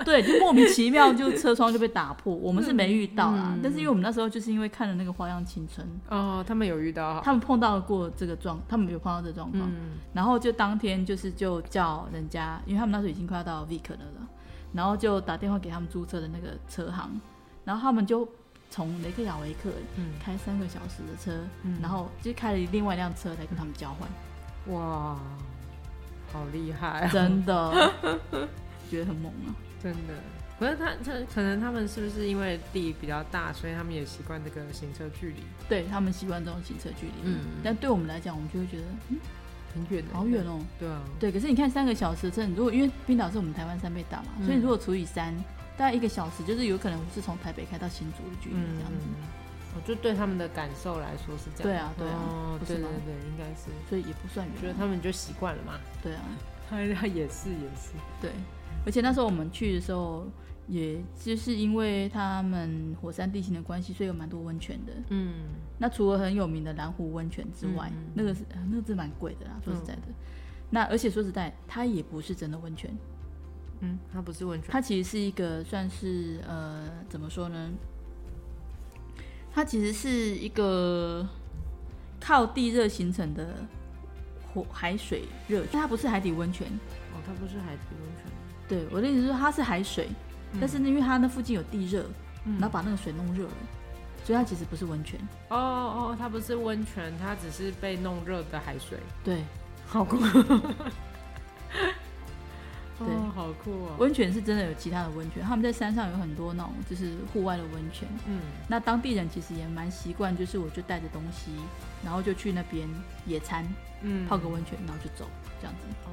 A: 对，就莫名其妙就车窗就被打破，我们是没遇到啦，但是因为我们那时候就是因为看了那个《花样青春》。
B: 哦，他们有遇到，
A: 他们碰到过这个状，他们有碰到这个状况，
B: 嗯
A: 然后就当天就是就叫人家，因为他们那时候已经快要到 Vic 了了，然后就打电话给他们租车的那个车行，然后他们就从雷克雅维克
B: 嗯
A: 开三个小时的车，
B: 嗯
A: 然后就开了另外一辆车来跟他们交 换，
B: 哇，好厉害、啊，
A: 真的觉得很猛啊。
B: 真的。不是他，他可能他们是不是因为地比较大，所以他们也习惯这个行车距离
A: 对他们习惯这种行车距离，
B: 嗯
A: 但对我们来讲，我们就会觉得嗯
B: 很远的，
A: 好远哦、
B: 对啊，
A: 对，可是你看三个小时的车，你如果因为冰岛是我们台湾三倍大嘛，
B: 嗯
A: 所以如果除以三，大概一个小时，就是有可能是从台北开到新竹的距离
B: 嗯
A: 这样子。
B: 我哦就对他们的感受来说是这样。
A: 对啊对啊
B: 哦
A: 不
B: 对
A: 是
B: 对
A: 吗
B: 对，应该是，
A: 所以也不算
B: 觉得
A: 远啊，
B: 他们就习惯了嘛。
A: 对啊，
B: 他他也是也是，
A: 对。而且那时候我们去的时候，也就是因为他们火山地形的关系，所以有蛮多温泉的。
B: 嗯，
A: 那除了很有名的蓝湖温泉之外，
B: 嗯
A: 那个是、呃那个是蛮贵的啦，说实在的。那而且说实在，它也不是真的温泉，
B: 嗯，他不是温泉，
A: 它其实是一个算是呃，怎么说呢？它其实是一个靠地热形成的火海水热泉，但它不是海底温泉。
B: 哦，他不是海底温泉，
A: 对我的意思是说它是海水，但是因为它那附近有地热，然后把那个水弄热了，所以它其实不是温泉。
B: 哦哦，它不是温泉，它只是被弄热的海水，
A: 对，
B: 好 酷，
A: 对
B: 哦，好酷哦，
A: 温泉是真的有其他的温泉，他们在山上有很多那种就是户外的温泉。
B: 嗯
A: 那当地人其实也蛮习惯，就是我就带着东西，然后就去那边野餐，
B: 嗯，
A: 泡个温泉，然后就走这样子。
B: 哦，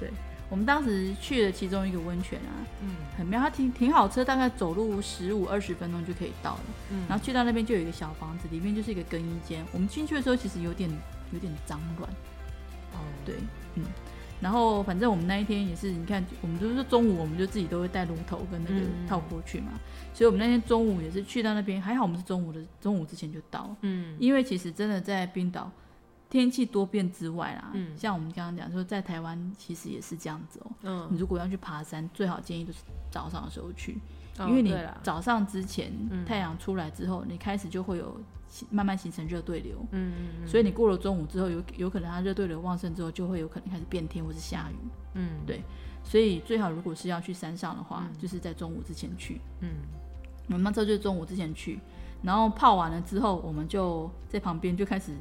A: 对，我们当时去了其中一个温泉啊，
B: 嗯
A: 很妙，它停停好车，大概走路十五二十分钟就可以到了。
B: 嗯
A: 然后去到那边就有一个小房子，里面就是一个更衣间。我们进去的时候其实有点有点脏乱，
B: 哦
A: 对，嗯。然后反正我们那一天也是，你看，我们就是中午我们就自己都会带炉头跟那个
B: 嗯
A: 套锅去嘛，所以我们那天中午也是去到那边，还好我们是中午的中午之前就到了，
B: 嗯
A: 因为其实真的在冰岛天气多变之外啦，
B: 嗯
A: 像我们刚刚讲说在台湾其实也是这样子哦、
B: 嗯，
A: 你如果要去爬山，最好建议都是早上的时候去，因为你
B: 了，
A: 早上之前、
B: 哦嗯
A: 太阳出来之后，你开始就会有形慢慢形成热对流，
B: 嗯
A: 所以你过了中午之后，有有可能它热对流旺盛之后，就会有可能开始变天或是下雨。
B: 嗯
A: 所以最好如果是要去山上的话，就是在中午之前去。
B: 嗯
A: 我们那时候就是中午之前去，然后泡完了之后，我们就在旁边就开始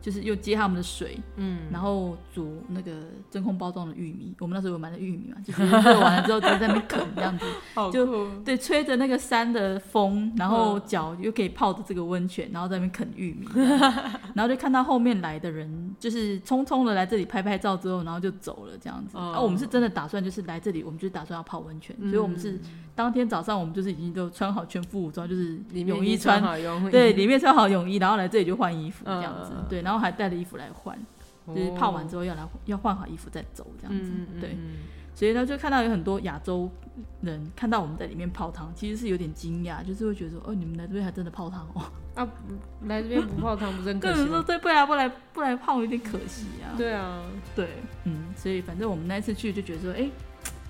A: 就是又接他们的水，
B: 嗯
A: 然后煮那个真空包装的玉米。我们那时候有买的玉米嘛，就是热完了之后直接在那边啃这样子。
B: 好
A: 就
B: 酷
A: 对，吹着那个山的风，然
B: 嗯
A: 后脚又可以泡着这个温泉，然后在那边啃玉 米，然后就看到后面来的人，就是匆匆的来这里拍拍照之后，然后就走了这样子。
B: 哦嗯
A: 啊，我们是真的打算就是来这里，我们就打算要泡温泉，所以我们是当天早上我们就是已经都穿好全副武装，就是
B: 里面
A: 泳
B: 已
A: 衣
B: 经穿
A: 穿，
B: 好泳衣，
A: 对，里面穿好泳衣，然后来这里就换衣服
B: 嗯
A: 这样子，
B: 嗯嗯
A: 对，然后还带了衣服来换，
B: 哦，
A: 就是泡完之后要来要换好衣服再走这样子，
B: 嗯，嗯
A: 对。
B: 嗯
A: 所以呢，就看到有很多亚洲人看到我们在里面泡汤，其实是有点惊讶，就是会觉得说，哦，你们来这边还真的泡汤哦。
B: 啊，来这边不泡汤不是很
A: 个
B: 可惜啊
A: 人说，
B: 吗？
A: 对，不来不来不来泡有点可惜啊。
B: 对啊，
A: 对，嗯，所以反正我们那一次去就觉得说，哎、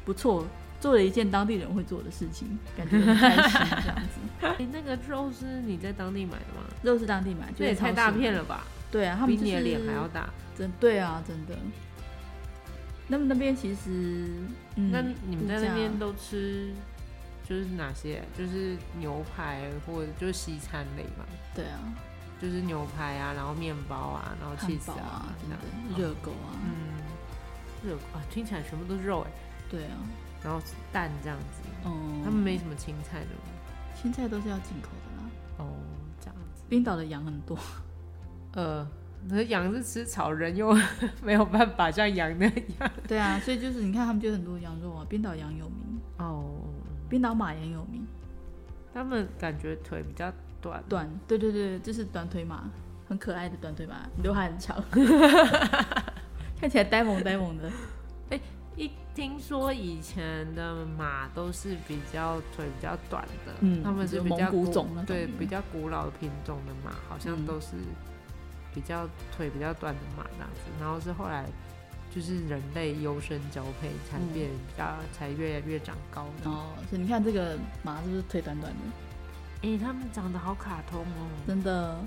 A: 不错，做了一件当地人会做的事情，感觉很开心这样子。
B: 哎，那个肉是你在当地买的吗？
A: 肉是当地买，
B: 这也太大片
A: 了。
B: 了吧，
A: 对啊，他
B: 比
A: 们、就是、
B: 你的脸还要大。
A: 真对啊，真的。那么那边其实，嗯，
B: 那你们在那
A: 物
B: 边
A: 价
B: 都吃就是哪些？就是牛排或者就是西餐类嘛，
A: 对啊，
B: 就是牛排啊，然后面包啊，然后
A: 汉
B: cheese
A: 堡啊，
B: 这样
A: 真的热狗啊，
B: 嗯，热狗啊，听起来全部都是肉哎，
A: 对啊，
B: 然后是蛋这样子，
A: 哦，
B: 他们没什么青菜的吗
A: 青菜都是要进口的啦。
B: 哦，这样子。
A: 冰岛的羊很多，
B: 呃，那羊是吃草，人又 没有办法像羊那样。
A: 对啊，所以就是你看他们就很多羊肉啊，冰岛羊有名，
B: 哦，
A: 冰岛马也有名，
B: 他们感觉腿比较短，
A: 短，对对对，就是短腿马，很可爱的短腿马，刘海很 长，看起来呆萌呆萌的，
B: 一听说以前的马都是比较腿比较短的，
A: 嗯
B: 他们
A: 就是是
B: 比较
A: 蒙古种那种
B: 对
A: 嗯
B: 比较古老的品种的马，好像
A: 嗯
B: 都是比较腿比较短的马这样子。然后是后来就是人类优生交配才
A: 嗯
B: 变比较、才越来越长高的。
A: 哦，所以你看这个马是不是腿短短的，
B: 哎、他们长得好卡通哦，
A: 真的，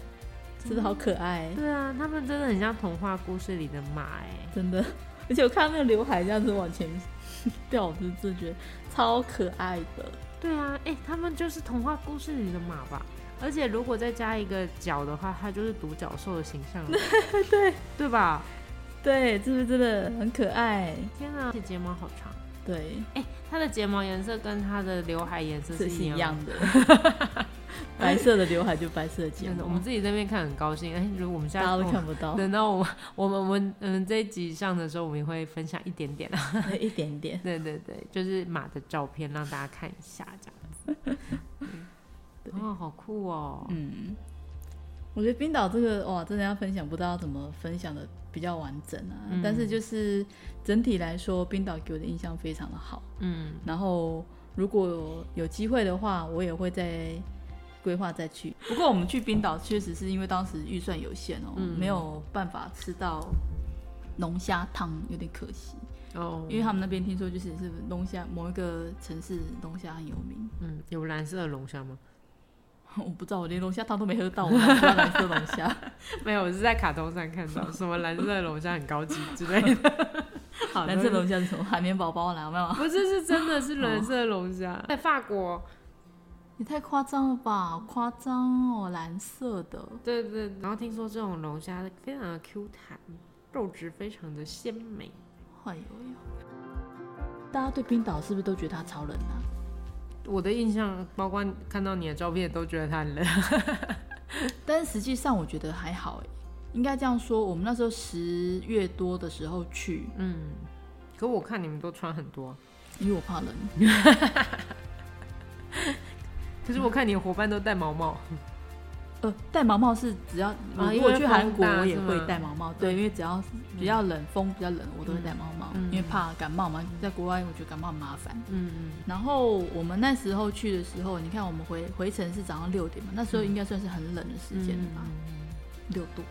A: 真的好可爱，
B: 对啊，他们真的很像童话故事里的马哎、
A: 真的，而且我看到那个刘海这样子往前 掉，我就真的觉得超可爱的，
B: 对啊，哎、他们就是童话故事里的马吧？而且如果再加一个角的话，它就是独角兽的形象了， 对对吧？
A: 对，是不是真的很可爱？
B: 天啊，这睫毛好长！
A: 对，
B: 哎、它的睫毛颜色跟它的刘海颜色
A: 这是
B: 一
A: 一
B: 样。
A: 样的。 白色的刘海就白色的睫
B: 真的，
A: 毛，
B: 我们自己在那边看很高兴。哎、如果我们
A: 大
B: 下
A: 家
B: 次
A: 都看不到，
B: 等到我我们我们嗯这一集上的时候，我们也会分享一点点 啊。
A: 一点点。
B: 对对对，就是马的照片让大家看一下这样 子。嗯哦，好酷哦！
A: 嗯，我觉得冰岛这个哇，真的要分享，不知道怎么分享的比较完整啊。
B: 嗯
A: 但是就是整体来说，冰岛给我的印象非常的好。
B: 嗯
A: 然后如果有机会的话，我也会再规划再去。不过我们去冰岛确实是因为当时预算有限哦，
B: 嗯
A: 没有办法吃到龙虾汤，有点可惜。
B: 哦，
A: 因为他们那边听说就是是龙虾某一个城市龙虾很有名，
B: 嗯有蓝色的龙虾吗？
A: 我不知道，我连龙虾汤都没喝到，我哪知道蓝色龙虾？
B: 没有，我是在卡通上看 到什么蓝色的龙虾很高级之类的。 好
A: 蓝色龙虾是什么？海绵宝啊宝啦，有没 有？
B: 不是是真的是蓝色的龙虾，在法国，
A: 也太夸张了吧，夸张哦，蓝色的，
B: 对对。然后听说这种龙虾非常的 Q 弹，肉质非常的鲜美。
A: 哎呦呦！大家对冰岛是不是都觉得它超冷啊？
B: 我的印象，包括看到你的照片，都觉得它很冷。
A: 但是实际上我觉得还欸好哎，应该这样说，我们那时候十月多的时候去，
B: 嗯，可我看你们都穿很多啊、
A: 因为我怕冷。
B: 可是我看你的伙伴都戴毛毛，
A: 呃，戴毛帽是只要我
B: 哦因
A: 如果
B: 为
A: 去
B: 风
A: 韩国，
B: 大
A: 我也
B: 是
A: 会
B: 吗嗯
A: 戴毛帽。对，因为只要是比较冷，风比较冷，我都会戴毛帽，因为怕感冒嘛。在国外，我觉得感冒很麻烦。
B: 嗯嗯，
A: 然后我们那时候去的时候，你看我们回回程是早上六点嘛，那时候应该算是很冷的时间了吧，
B: 嗯
A: 六、度。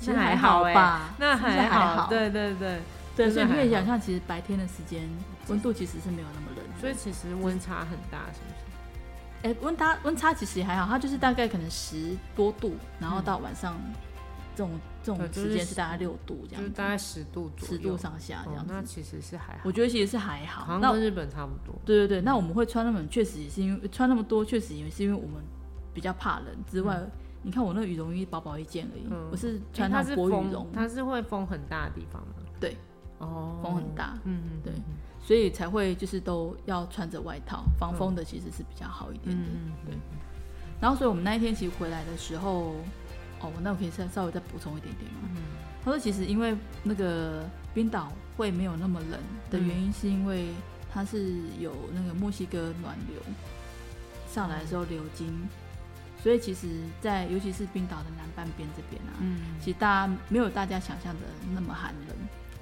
A: 其实
B: 那还
A: 好
B: 好欸
A: 吧，
B: 那
A: 是不是
B: 还
A: 好，
B: 对对对，
A: 对，
B: 真
A: 所
B: 的
A: 以你可以
B: 还
A: 想
B: 好
A: 象，其实白天的时间温度其实是没有那么冷的，
B: 所以其实温差很大，是不
A: 哎、温差温差其实也还好，它就是大概可能十多度，然后到晚上、这种这
B: 嗯对
A: 种
B: 就
A: 时间
B: 是
A: 是大概六度这
B: 是？就
A: 样
B: 是
A: 子
B: 大，概十度左右，
A: 十度上下这
B: 哦
A: 样子。
B: 那其实是还好
A: 我，觉得其实是还
B: 好
A: 好。那
B: 像跟日本差不多。
A: 对对对，那我们会穿那么确实也是因为穿那么多，确实也是因为我们比较怕冷之外，你看我那个羽绒衣薄薄一件而已，
B: 嗯
A: 我是穿
B: 诶它
A: 那
B: 是
A: 种薄羽
B: 风
A: 绒，，
B: 它是会风很大的地方吗？
A: 对，
B: 哦，
A: 风很，大，
B: 嗯嗯，
A: 对
B: 嗯
A: 所以才会就是都要穿着外套，防风的其实是比较好一点的。
B: 嗯嗯，对，
A: 然后，所以我们那一天其实回来的时候，哦，那我可以再稍微再补充一点点吗？
B: 嗯
A: 他说，其实因为那个冰岛会没有那么冷的原因，是因为它是有那个墨西哥暖流上来的时候流经，所以其实在尤其是冰岛的南半边这边啊，
B: 嗯，
A: 其实大家没有大家想象的那么寒冷。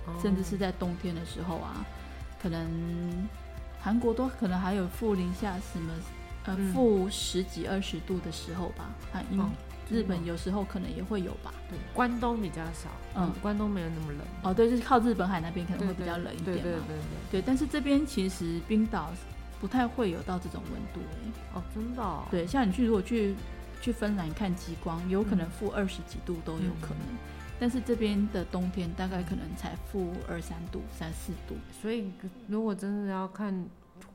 B: 哦
A: 甚至是在冬天的时候啊，可能韩国都可能还有负零下什么，呃，
B: 嗯
A: 负十几二十度的时候吧。啊，因为
B: 哦
A: 日本有时候可能也会有吧。
B: 对关东比较少，
A: 嗯
B: 嗯，关东没有那么冷，
A: 哦，对，就是靠日本海那边可能
B: 对
A: 会比
B: 对
A: 较冷一
B: 对
A: 点哦嘛。
B: 对对对，
A: 对但是这边其实冰岛不太会有到这种温度诶、
B: 哦，真的哦，
A: 对，像你去如果去去芬兰看极光，有可
B: 嗯
A: 能负二十几度都有可能。但是这边的冬天大概可能才负二三度、三四度，
B: 所以如果真的要看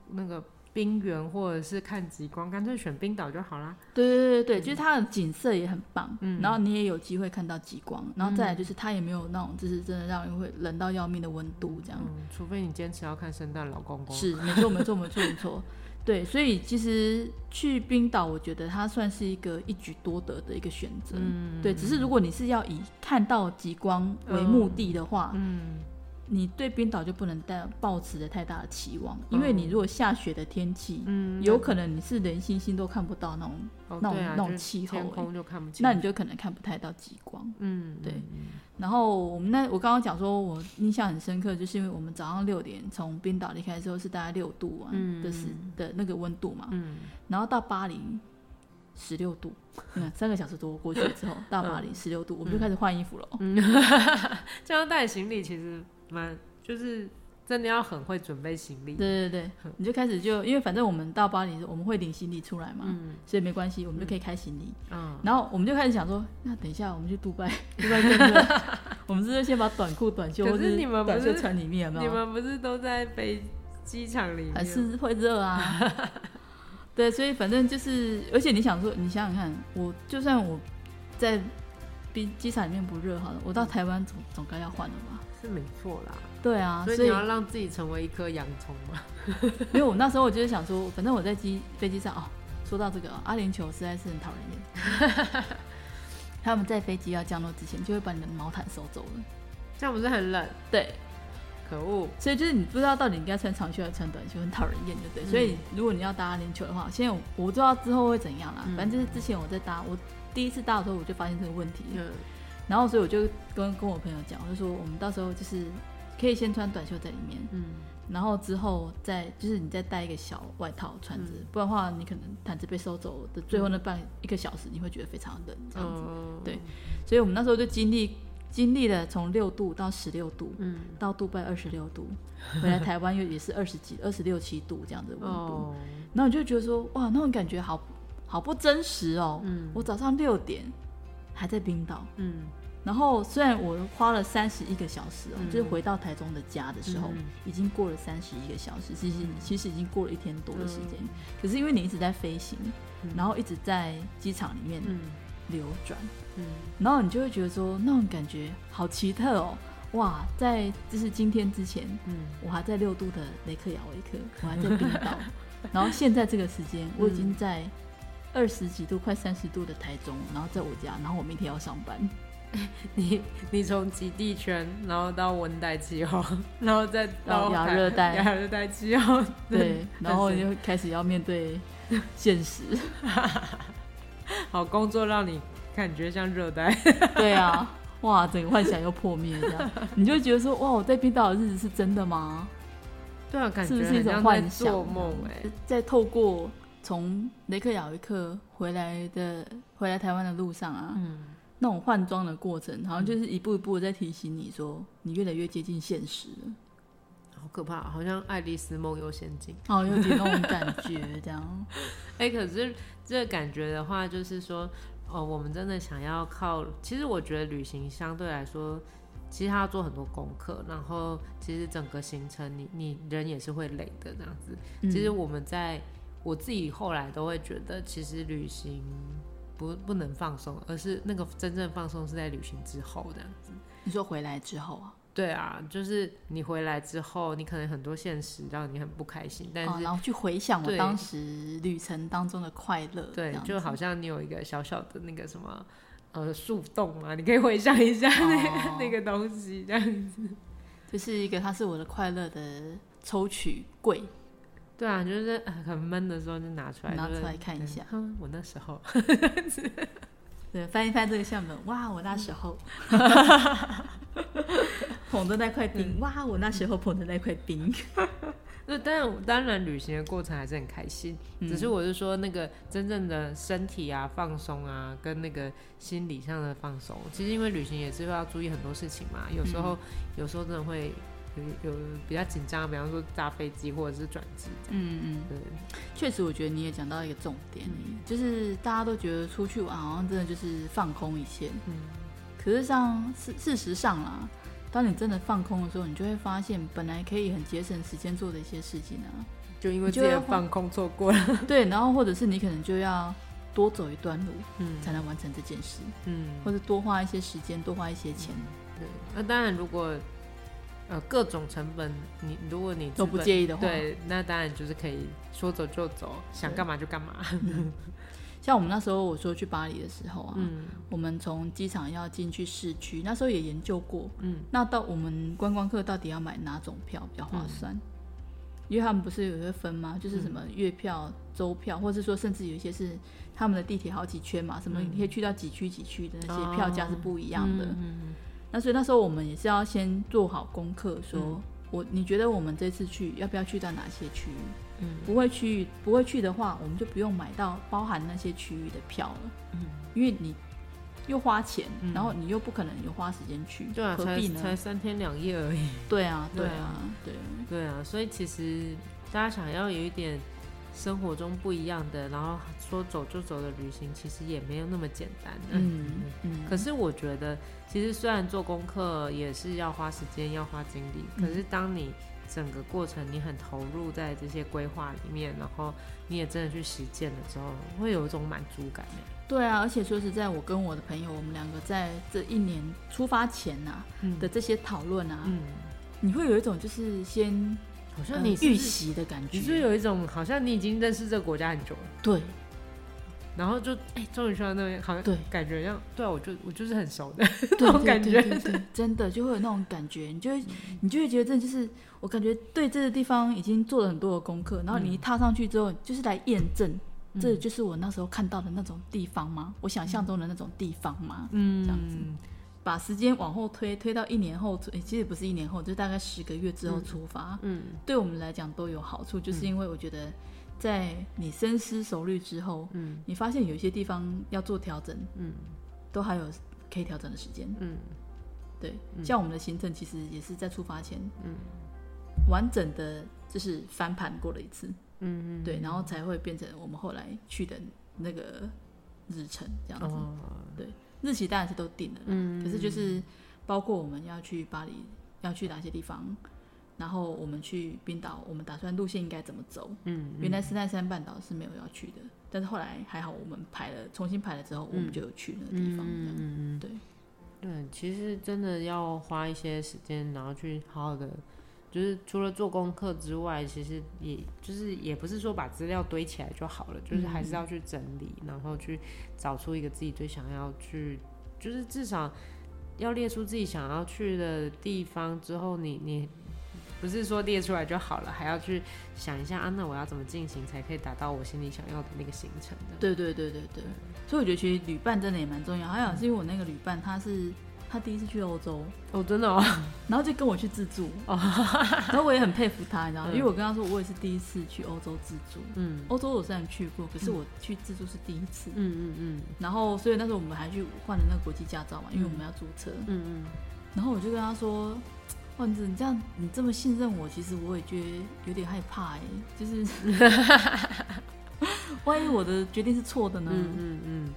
B: 那个冰原或者是看极光，干脆选冰岛就好啦。
A: 对对对对，就是它的景色也很棒，
B: 嗯
A: 然后你也有机会看到极光，然后再来就是它也没有那种就是真的让人会冷到要命的温度这样。
B: 嗯，哦除非你坚持要看圣诞老公公。，
A: 是，没错没错没错没 错。对，所以其实去冰岛，我觉得它算是一个一举多得的一个选择。
B: 嗯
A: 对，只是如果你是要以看到极光为目的的话，
B: 嗯，
A: 你对冰岛就不能带抱持着太大的期望，因为你如果下雪的天气，
B: 嗯
A: 有可能你是连星星都看不到那种，
B: 哦
A: 那种
B: 对啊
A: 那种
B: 就是
A: 气候
B: 天
A: 欸
B: 空就看不清。
A: 那你就可能看不太到极光。
B: 嗯，
A: 对
B: 嗯
A: 然后我们那我刚刚讲说，我印象很深刻，就是因为我们早上六点从冰岛离开之后是大概六度啊
B: 嗯
A: 的时、的那个温度嘛，
B: 嗯，
A: 然后到巴黎十六度，你看三个小时多过去之 后
B: 嗯
A: 到巴黎十六度，我们就开始换衣服了哦。
B: 这样带行李其实蛮就是真的要很会准备行李。
A: 对对对，
B: 嗯
A: 你就开始就因为反正我们到巴黎我们会领行李出来嘛，
B: 嗯
A: 所以没关系，我们就可以开行李。
B: 嗯，
A: 然后我们就开始想说，那等一下我们去杜 拜，杜拜更热， 我们是不是先把短裤、短袖
B: 可
A: 或
B: 是你们不
A: 短袖
B: 是
A: 穿里面有没
B: 你
A: 有？
B: 们不是都在飞机场里面？
A: 还是会热啊。 对，所以反正就是，而且你想说，你想想看，我就算我在冰机场里面不热好了，我到台湾总总该要换了吧？
B: 是没错啦。
A: 对啊，
B: 所以
A: 所
B: 你
A: 以
B: 要让自己成为一颗洋葱嘛。
A: 因为我那时候我就是想说，反正我在机飞机上哦，说到这个、哦阿联酋实在是很讨人厌， 他们在飞机要降落之前就会把你的毛毯收走了。
B: 这样不是很冷？
A: 对，
B: 可恶！
A: 所以就是你不知道到底应该穿长袖还是穿短袖，很讨人厌，对
B: 嗯
A: 不对？所以如果你要搭阿联酋的话，现在我我不知道之后会怎样啦。
B: 嗯
A: 反正就是之前我在搭，我第一次搭的时候我就发现这个问题，
B: 嗯
A: 然后所以我就跟跟我朋友讲，我就说我们到时候就是可以先穿短袖在里面，
B: 嗯
A: 然后之后再就是你再带一个小外套穿着，
B: 嗯
A: 不然的话你可能毯子被收走的最后那半一个小时，你会觉得非常冷这样子。
B: 嗯
A: 对所以我们那时候就经历经历了从六度到十六度，
B: 嗯
A: 到杜拜二十六 度，回来台湾又也是二十几、二十六七度这样子的温度，
B: 哦，
A: 然后你就觉得说，哇，那种感觉好好不真实哦。
B: 嗯
A: 我早上六点还在冰岛，
B: 嗯
A: 然后虽然我花了三十一个小时哦，
B: 嗯
A: 就是回到台中的家的时候，
B: 嗯
A: 已经过了三十一个小时，其实其实已经过了一天多的时间。
B: 嗯
A: 可是因为你一直在飞行，然后一直在机场里面
B: 嗯
A: 流转，
B: 嗯
A: 然后你就会觉得说，那种感觉好奇特哦。哇，在就是今天之前，
B: 嗯，
A: 我还在六度的雷克雅维克，我还在冰 岛，然后现在这个时间，我已
B: 嗯
A: 经在二十几度、快三十度的台中，然后在我家，然后我明天要上班，
B: 你你从极地圈，然后到温带气候，然后再
A: 到亚
B: 海
A: 哦热带
B: 亚热带气候，
A: 对， 然后
B: 但
A: 你
B: 是
A: 就开始要面对现实。
B: 好工作让你感觉像热带，
A: 对啊，哇，整个幻想又破灭，这样你就会觉得说，哇，我在冰岛的日子是真的吗？
B: 对啊，感
A: 是不
B: 觉
A: 是一
B: 很
A: 种
B: 像在
A: 幻想？啊
B: 做梦哎、
A: 在透过从雷克雅未克回来的回来台湾的路上啊，
B: 嗯，
A: 那种换装的过程，好像就是一步一步地在提醒你说，你越来越接近现实了。
B: 好可怕，好像《爱丽丝梦游仙境》
A: 哦，有点那种感觉，这样。
B: 哎、可是这个感觉的话，就是说，哦，我们真的想要靠，其实我觉得旅行相对来说，其实他要做很多功课，然后其实整个行程你你人也是会累的这样子。
A: 嗯
B: 其实我们在我自己后来都会觉得，其实旅行不不能放松，而是那个真正放松是在旅行之后这样子。
A: 你说回来之后啊，
B: 对啊，就是你回来之后，你可能很多现实让你很不开心，但
A: 哦，
B: 是、
A: 然后去回想我
B: 对
A: 当时旅程当中的快乐，这
B: 对
A: 样，子
B: 就好像你有一个小小的那个什么呃树洞嘛，你可以回想一下那、
A: 哦
B: 那个东西，这样子。
A: 就是一个它是我的快乐的抽取柜，
B: 对啊，就是呃很闷的时候就拿出来，
A: 拿
B: 就是嗯
A: 出来看一下，
B: 哼，我那时候
A: 对，翻一翻这个相 本，哇，我那时候捧着那块
B: 嗯
A: 冰，哇，我那时候捧着那块冰，
B: 那但当然，旅行的过程还是很开心。
A: 嗯
B: 只是我是说，那个真正的身体啊放松啊，跟那个心理上的放松，其实因为旅行也是要注意很多事情嘛。有时候，
A: 嗯
B: 有时候真的会有有比较紧张，比方说搭飞机或者是转机。
A: 嗯嗯。
B: 对，
A: 确实，我觉得你也讲到一个重点，
B: 嗯
A: 就是大家都觉得出去玩好像真的就是放空一切，
B: 嗯，
A: 可是上事事实上啦，当你真的放空的时候，你就会发现本来可以很节省时间做的一些事 情啊，
B: 就因为
A: 你
B: 自
A: 就
B: 己
A: 会
B: 的
A: 花
B: 放空错过 了。
A: 对，然后或者是你可能就要多走一段路
B: 嗯
A: 才能完成这件事，
B: 嗯，
A: 或者多花一些时间，多花一些钱，
B: 对。那当然，如果呃各种成本，你如果你
A: 都
B: 资
A: 不
B: 本
A: 介意的话，
B: 对，那当然就是可以说走就走，想干嘛就干嘛。
A: 像我们那时候我说去巴黎的时候啊，
B: 嗯
A: 我们从机场要进去市区，那时候也研究过，
B: 嗯。
A: 那到我们观光客到底要买哪种票比较划
B: 嗯
A: 算？因为他们不是有会分吗？就是什么月票、周票，或是说甚至有一些是他们的地铁好几圈嘛，什么你可以去到几区几区的那些票价是不一样的。
B: 嗯
A: 那所以那时候我们也是要先做好功课，说、
B: 嗯
A: 我你觉得我们这次去要不要去到哪些区域？
B: 嗯
A: 不会区域不会去的话，我们就不用买到包含那些区域的票了，
B: 嗯
A: 因为你又花钱，
B: 嗯
A: 然后你又不可能有花时间去，
B: 对啊，
A: 何
B: 才
A: 必呢？
B: 才三天两夜而已。
A: 对啊，对
B: 对
A: 啊
B: 啊，
A: 对，
B: 对啊，所以其实大家想要有一点生活中不一样的，然后说走就走的旅行，其实也没有那么简单。
A: 嗯嗯，
B: 可是我觉得，其实虽然做功课也是要花时间、要花精力，可是当你整个过程你很投入在这些规划里面，然后你也真的去实践了之后，会有一种满足感欸。
A: 对啊，而且说实在，我跟我的朋友，我们两个在这一年出发前呐、啊
B: 嗯
A: 的这些讨论啊，
B: 嗯，
A: 你会有一种就是先
B: 好
A: 呃
B: 像你是不
A: 预
B: 是
A: 习的感
B: 你是不是
A: 觉，
B: 有一种好像你已经认识这个国家很久了，
A: 对
B: 然后就哎，终于去到那边，好像
A: 对
B: 感觉像对啊，我就我就是很熟的。
A: 对
B: 那种
A: 对
B: 感
A: 对
B: 觉嗯
A: 对对真的就会有那种感觉，你就会你就会觉得这就是我感觉对这个地方已经做了很多的功课，然后你一踏上去之后，就是来验证。
B: 嗯
A: 这就是我那时候看到的那种地方吗？我想象中的那种地方吗？
B: 嗯，
A: 这样子把时间往后推，推到一年后，诶其实也不是一年后，就大概十个月之后出发，
B: 嗯
A: 对我们来讲都有好处，就是因为我觉得，在你深思熟虑之后，
B: 嗯
A: 你发现有一些地方要做调整，
B: 嗯
A: 都还有可以调整的时间。
B: 嗯
A: 对，像我们的行程其实也是在出发前
B: 嗯
A: 完整的就是翻盘过了一次，
B: 嗯，
A: 对，然后才会变成我们后来去的那个日程这样子。
B: 哦，
A: 日期当然是都定了啦，
B: 嗯
A: 可是就是包括我们要去巴黎，要去哪些地方，然后我们去冰岛，我们打算路线应该怎么走。
B: 嗯
A: 原来斯奈山半岛是没有要去的，但是后来还好，我们排了，重新排了之后，我们就有去那个地方。这样
B: 嗯嗯嗯，
A: 对
B: 对，其实真的要花一些时间，然后去好好的。就是除了做功课之外，其实也就是也不是说把资料堆起来就好了，就是还
A: 嗯
B: 是要去整理，然后去找出一个自己最想要去，就是至少要列出自己想要去的地方之后，你你不是说列出来就好了，还要去想一下啊，那我要怎么进行才可以达到我心里想要的那个行程的？
A: 对对对对对，所以我觉得其实旅伴真的也蛮重要。还有是因为我那个旅伴他是他第一次去欧洲，
B: 哦，真的哦，
A: 然后就跟我去自助， 然后我也很佩服他，你知道吗？因为我跟他说我也是第一次去欧洲自助，
B: 嗯
A: 欧洲我虽然去过，可是我去自助是第一次。
B: 嗯嗯嗯
A: 然后，所以那时候我们还去换了那个国际驾照嘛，因为我们要注册。
B: 嗯
A: 然后我就跟他说：“哇，你你这样，你这么信任我，其实我也觉得有点害 怕哎，就是万一我的决定是错的
B: 嗯
A: 呢？
B: 嗯嗯嗯，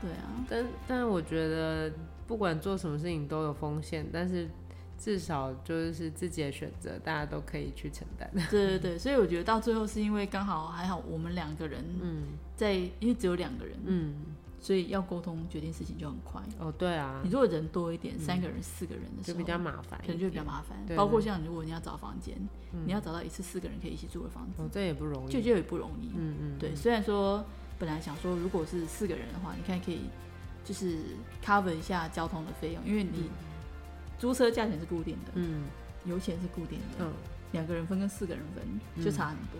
A: 对啊，
B: 但但我觉得不管做什么事情都有风险，但是至少就是自己的选择，大家都可以去承担。
A: 对对对，所以我觉得到最后是因为刚好还好我们两个人
B: 嗯
A: 在，因为只有两个人，
B: 嗯，
A: 所以要沟通决定事情就很快。
B: 哦对啊
A: 你，如果人多一点，三个人、四个人的时
B: 就
A: 候，
B: 比较麻烦
A: 可
B: 一点，
A: 能就会比较麻烦。
B: 对嗯
A: 包括
B: 对
A: 像如果你要找房间，你要找到一次四个人可以一起住的房子，
B: 哦这也不容易，
A: 就就也不容易。
B: 嗯嗯，
A: 对，虽然说本来想说，如果是四个人的话，你看可以就是 cover 一下交通的费用，因为你租车价钱是固定的，
B: 嗯
A: 油钱是固定的，
B: 嗯
A: 两个人分跟四个人分就
B: 嗯
A: 差很多。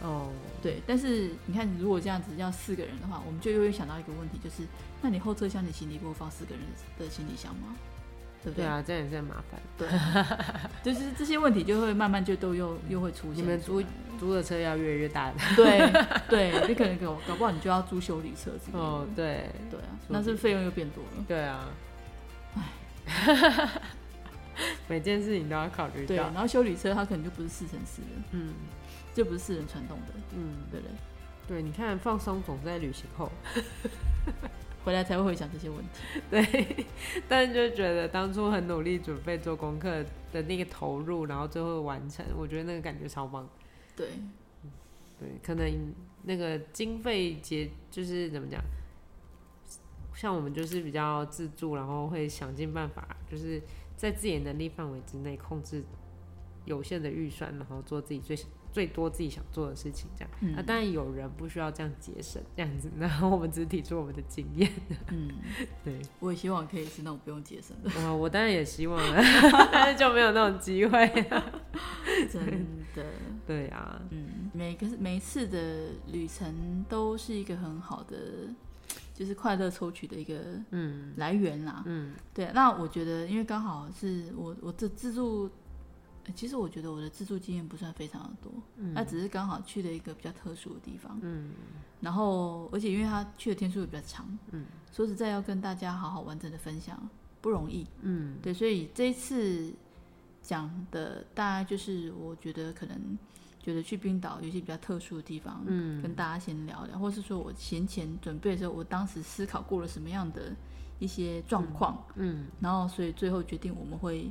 B: 哦
A: 对，但是你看，如果这样子要四个人的话，我们就又会想到一个问题，就是那你后车厢你行李不会放四个人的行李箱吗？对不对？
B: 对啊，这也是很麻烦。
A: 就是这些问题就会慢慢就都又又会出现出来了。
B: 你们租租的车要越来越大的
A: 对对，你可能搞搞不好你就要租修理车之类的。
B: 哦，对
A: 对啊，
B: 说
A: 那
B: 不
A: 是费用又变多了。
B: 对啊， 每件事情都要考虑
A: 对，
B: 到
A: 然，后修理车它可能就不是四乘四的，
B: 嗯
A: 就不是四人传动的，
B: 嗯，
A: 对不对？
B: 对，你看放松总是在旅行后，
A: 回来才会回想这些问题。
B: 对， 但是就觉得当初很努力准备做功课的那个投入，然后最后完成，我觉得那个感觉超棒。
A: 对，
B: 对，可能那个经费节就是怎么讲，像我们就是比较自助，然后会想尽办法，就是在自己的能力范围之内控制有限的预算，然后做自己最最多自己想做的事情，这样。啊
A: 嗯
B: 那、当然有人不需要这样节省这样子，然后我们只提出我们的经验。
A: 嗯，
B: 对，
A: 我也希望可以是那种不用节省 的，
B: 我我当然也希望 了，但是就没有那种机 会。
A: 真的。
B: 对啊，
A: 嗯，每个每一次的旅程都是一个很好的，就是快乐抽取的一个
B: 嗯
A: 来源啦。
B: 嗯
A: 对，那我觉得，因为刚好是我我这自助，呃其实我觉得我的自助经验不算非常的多，那、只是刚好去了一个比较特殊的地方，
B: 嗯
A: 然后而且因为他去的天数也比较长，
B: 嗯，
A: 说实在要跟大家好好完整的分享不容易，
B: 嗯
A: 对，所以这一次讲的大概就是我觉得可能觉得去冰岛有一些比较特殊的地方，
B: 嗯
A: 跟大家先聊聊，或是说我先前准备的时候，我当时思考过了什么样的一些状况。
B: 嗯
A: 然后所以最后决定我们会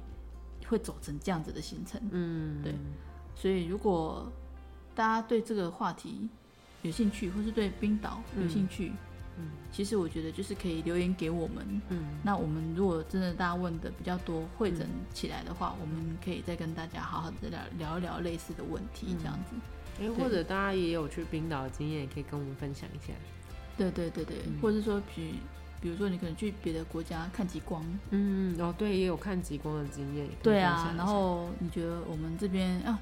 A: 会走成这样子的行程。
B: 嗯，
A: 对所以如果大家对这个话题有兴趣，或是对冰岛有兴趣，
B: 嗯
A: 其实我觉得就是可以留言给我们。
B: 嗯。
A: 那我们如果真的大家问的比较多，汇整起来的话，我们可以再跟大家好好的聊聊一聊类似的问题，这样子。
B: 哎、或者大家也有去冰岛的经验，也可以跟我们分享一下。
A: 对对对对，或者是说比比如说你可能去别的国家看极光，
B: 嗯，哦，对，也有看极光的经验。也可以
A: 对
B: 分
A: 啊
B: 享，一
A: 然
B: 下
A: 后你觉得我们这边啊，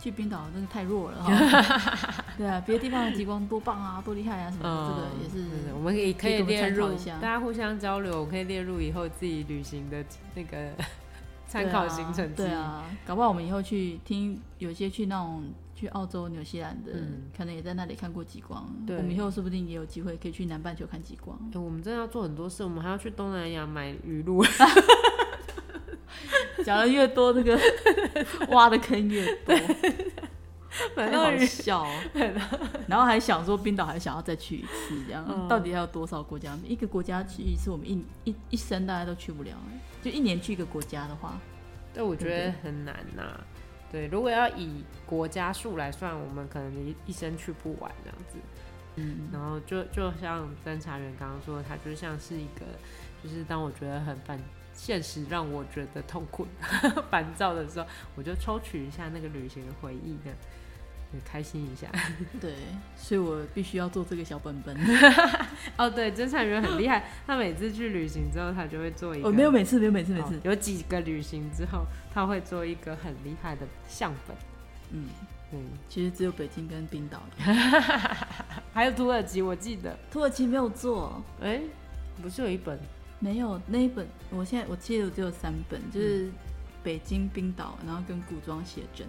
A: 去冰岛真的太弱 了哈。对啊，别的地方的极光多棒啊，多厉害啊什么的，
B: 嗯
A: 这个也
B: 对对
A: 是
B: 我们也可
A: 可以
B: 以
A: 跟我们
B: 列
A: 参考
B: 入
A: 一下，
B: 大家互相交流，我可以列入以后自己旅行的那 个参考行程之一。
A: 对啊。对啊，搞不好我们以后去听有些去那种去澳洲、纽西兰的
B: 嗯，
A: 可能也在那里看过极光。
B: 对
A: 我们以后说不定也有机会可以去南半球看极光。
B: 诶我们真的要做很多事，我们还要去东南亚买鱼 露。
A: 讲的越多，这 个挖的坑越多，
B: 买
A: 太
B: 到
A: 好
B: 鱼，
A: 笑哦。然后还想说冰岛还想要再去一次，这样、
B: 嗯
A: 到底还有多少国家？一个国家去一次，我们一一一生大家都去不了、哎就一年去一个国家的 话，
B: 对，我觉
A: 嗯对
B: 得很难呐、对，如果要以国家数来算，我们可能一一生去不完这样子。
A: 嗯，
B: 然后就就像侦查员刚刚说，他就像是一个，就是当我觉得很烦，现实让我觉 得痛苦、烦躁的时候，我就抽取一下那个旅行的回忆这样。也开心一下。
A: 对，所以我必须要做这个小本本。
B: 哦，对，侦查员很厉害，他每次去旅行之后，他就会做一个。
A: 哦，没有每次，没有每次，每
B: 哦
A: 次。
B: 有几个旅行之后，他会做一个很厉害的相本。
A: 嗯，
B: 嗯，
A: 其实只有北京跟冰岛了，
B: 还有土耳其，我记得，
A: 土耳其没有做，哦
B: 哎、不是有一本？
A: 没有那一本。我现在我记得我只有三本，就是北京、冰岛，然后跟古装写真。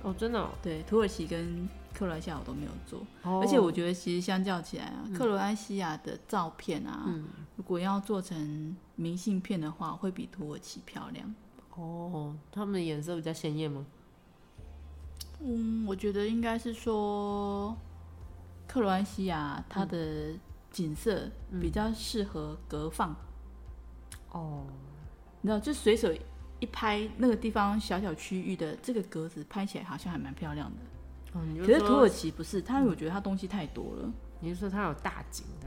B: 哦，真的哦、
A: 对，土耳其跟克罗埃西亚我都没有做，
B: 哦
A: 而且我觉得其实相较起来啊，克罗埃西亚的照片啊，
B: 嗯，
A: 如果要做成明信片的话，会比土耳其漂亮。
B: 哦，他们的颜色比较鲜艳吗？
A: 嗯，我觉得应该是说，嗯克罗埃西亚它的景色比较适合格放，
B: 哦，
A: 你知道，就随手一拍那个地方小小区域的这个格子，拍起来好像还蛮漂亮的。
B: 哦，你就
A: 可是
B: 说
A: 土耳其不是，它我觉得它东西太多了。
B: 你是说它有大景的？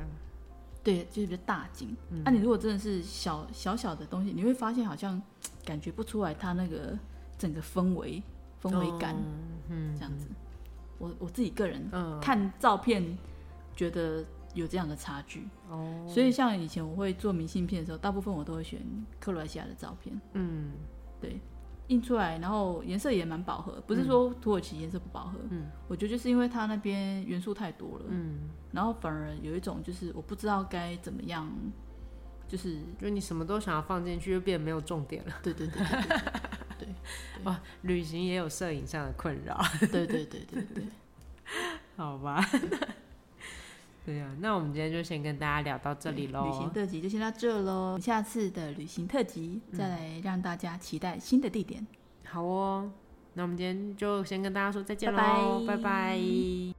A: 对，就是比较大景。那、你如果真的是小小小的东西，你会发现好像嘖感觉不出来它那个整个氛围氛围感、
B: 嗯，
A: 这样子。我我自己个人
B: 嗯，
A: 看照片，觉得有这样的差距。
B: 哦，
A: 所以像以前我会做明信片的时候，大部分我都会选克罗埃西亚的照片，
B: 嗯，
A: 印出来，然后颜色也蛮饱和，不是说土耳其颜色不饱和。
B: 嗯，
A: 我觉得就是因为它那边元素太多了，
B: 嗯，
A: 然后反而有一种就是我不知道该怎么样，就是
B: 就你什么都想要放进去，就变得没有重点了。
A: 对对对对对
B: 哇，旅行也有摄影上的困扰，
A: 对对对对对，
B: 好吧？ 对呀、那我们今天就先跟大家聊到这里喽。
A: 旅行特辑就先到这喽，下次的旅行特辑
B: 嗯
A: 再来让大家期待新的地点。
B: 好哦，那我们今天就先跟大家说再见
A: 拜拜
B: 喽，拜拜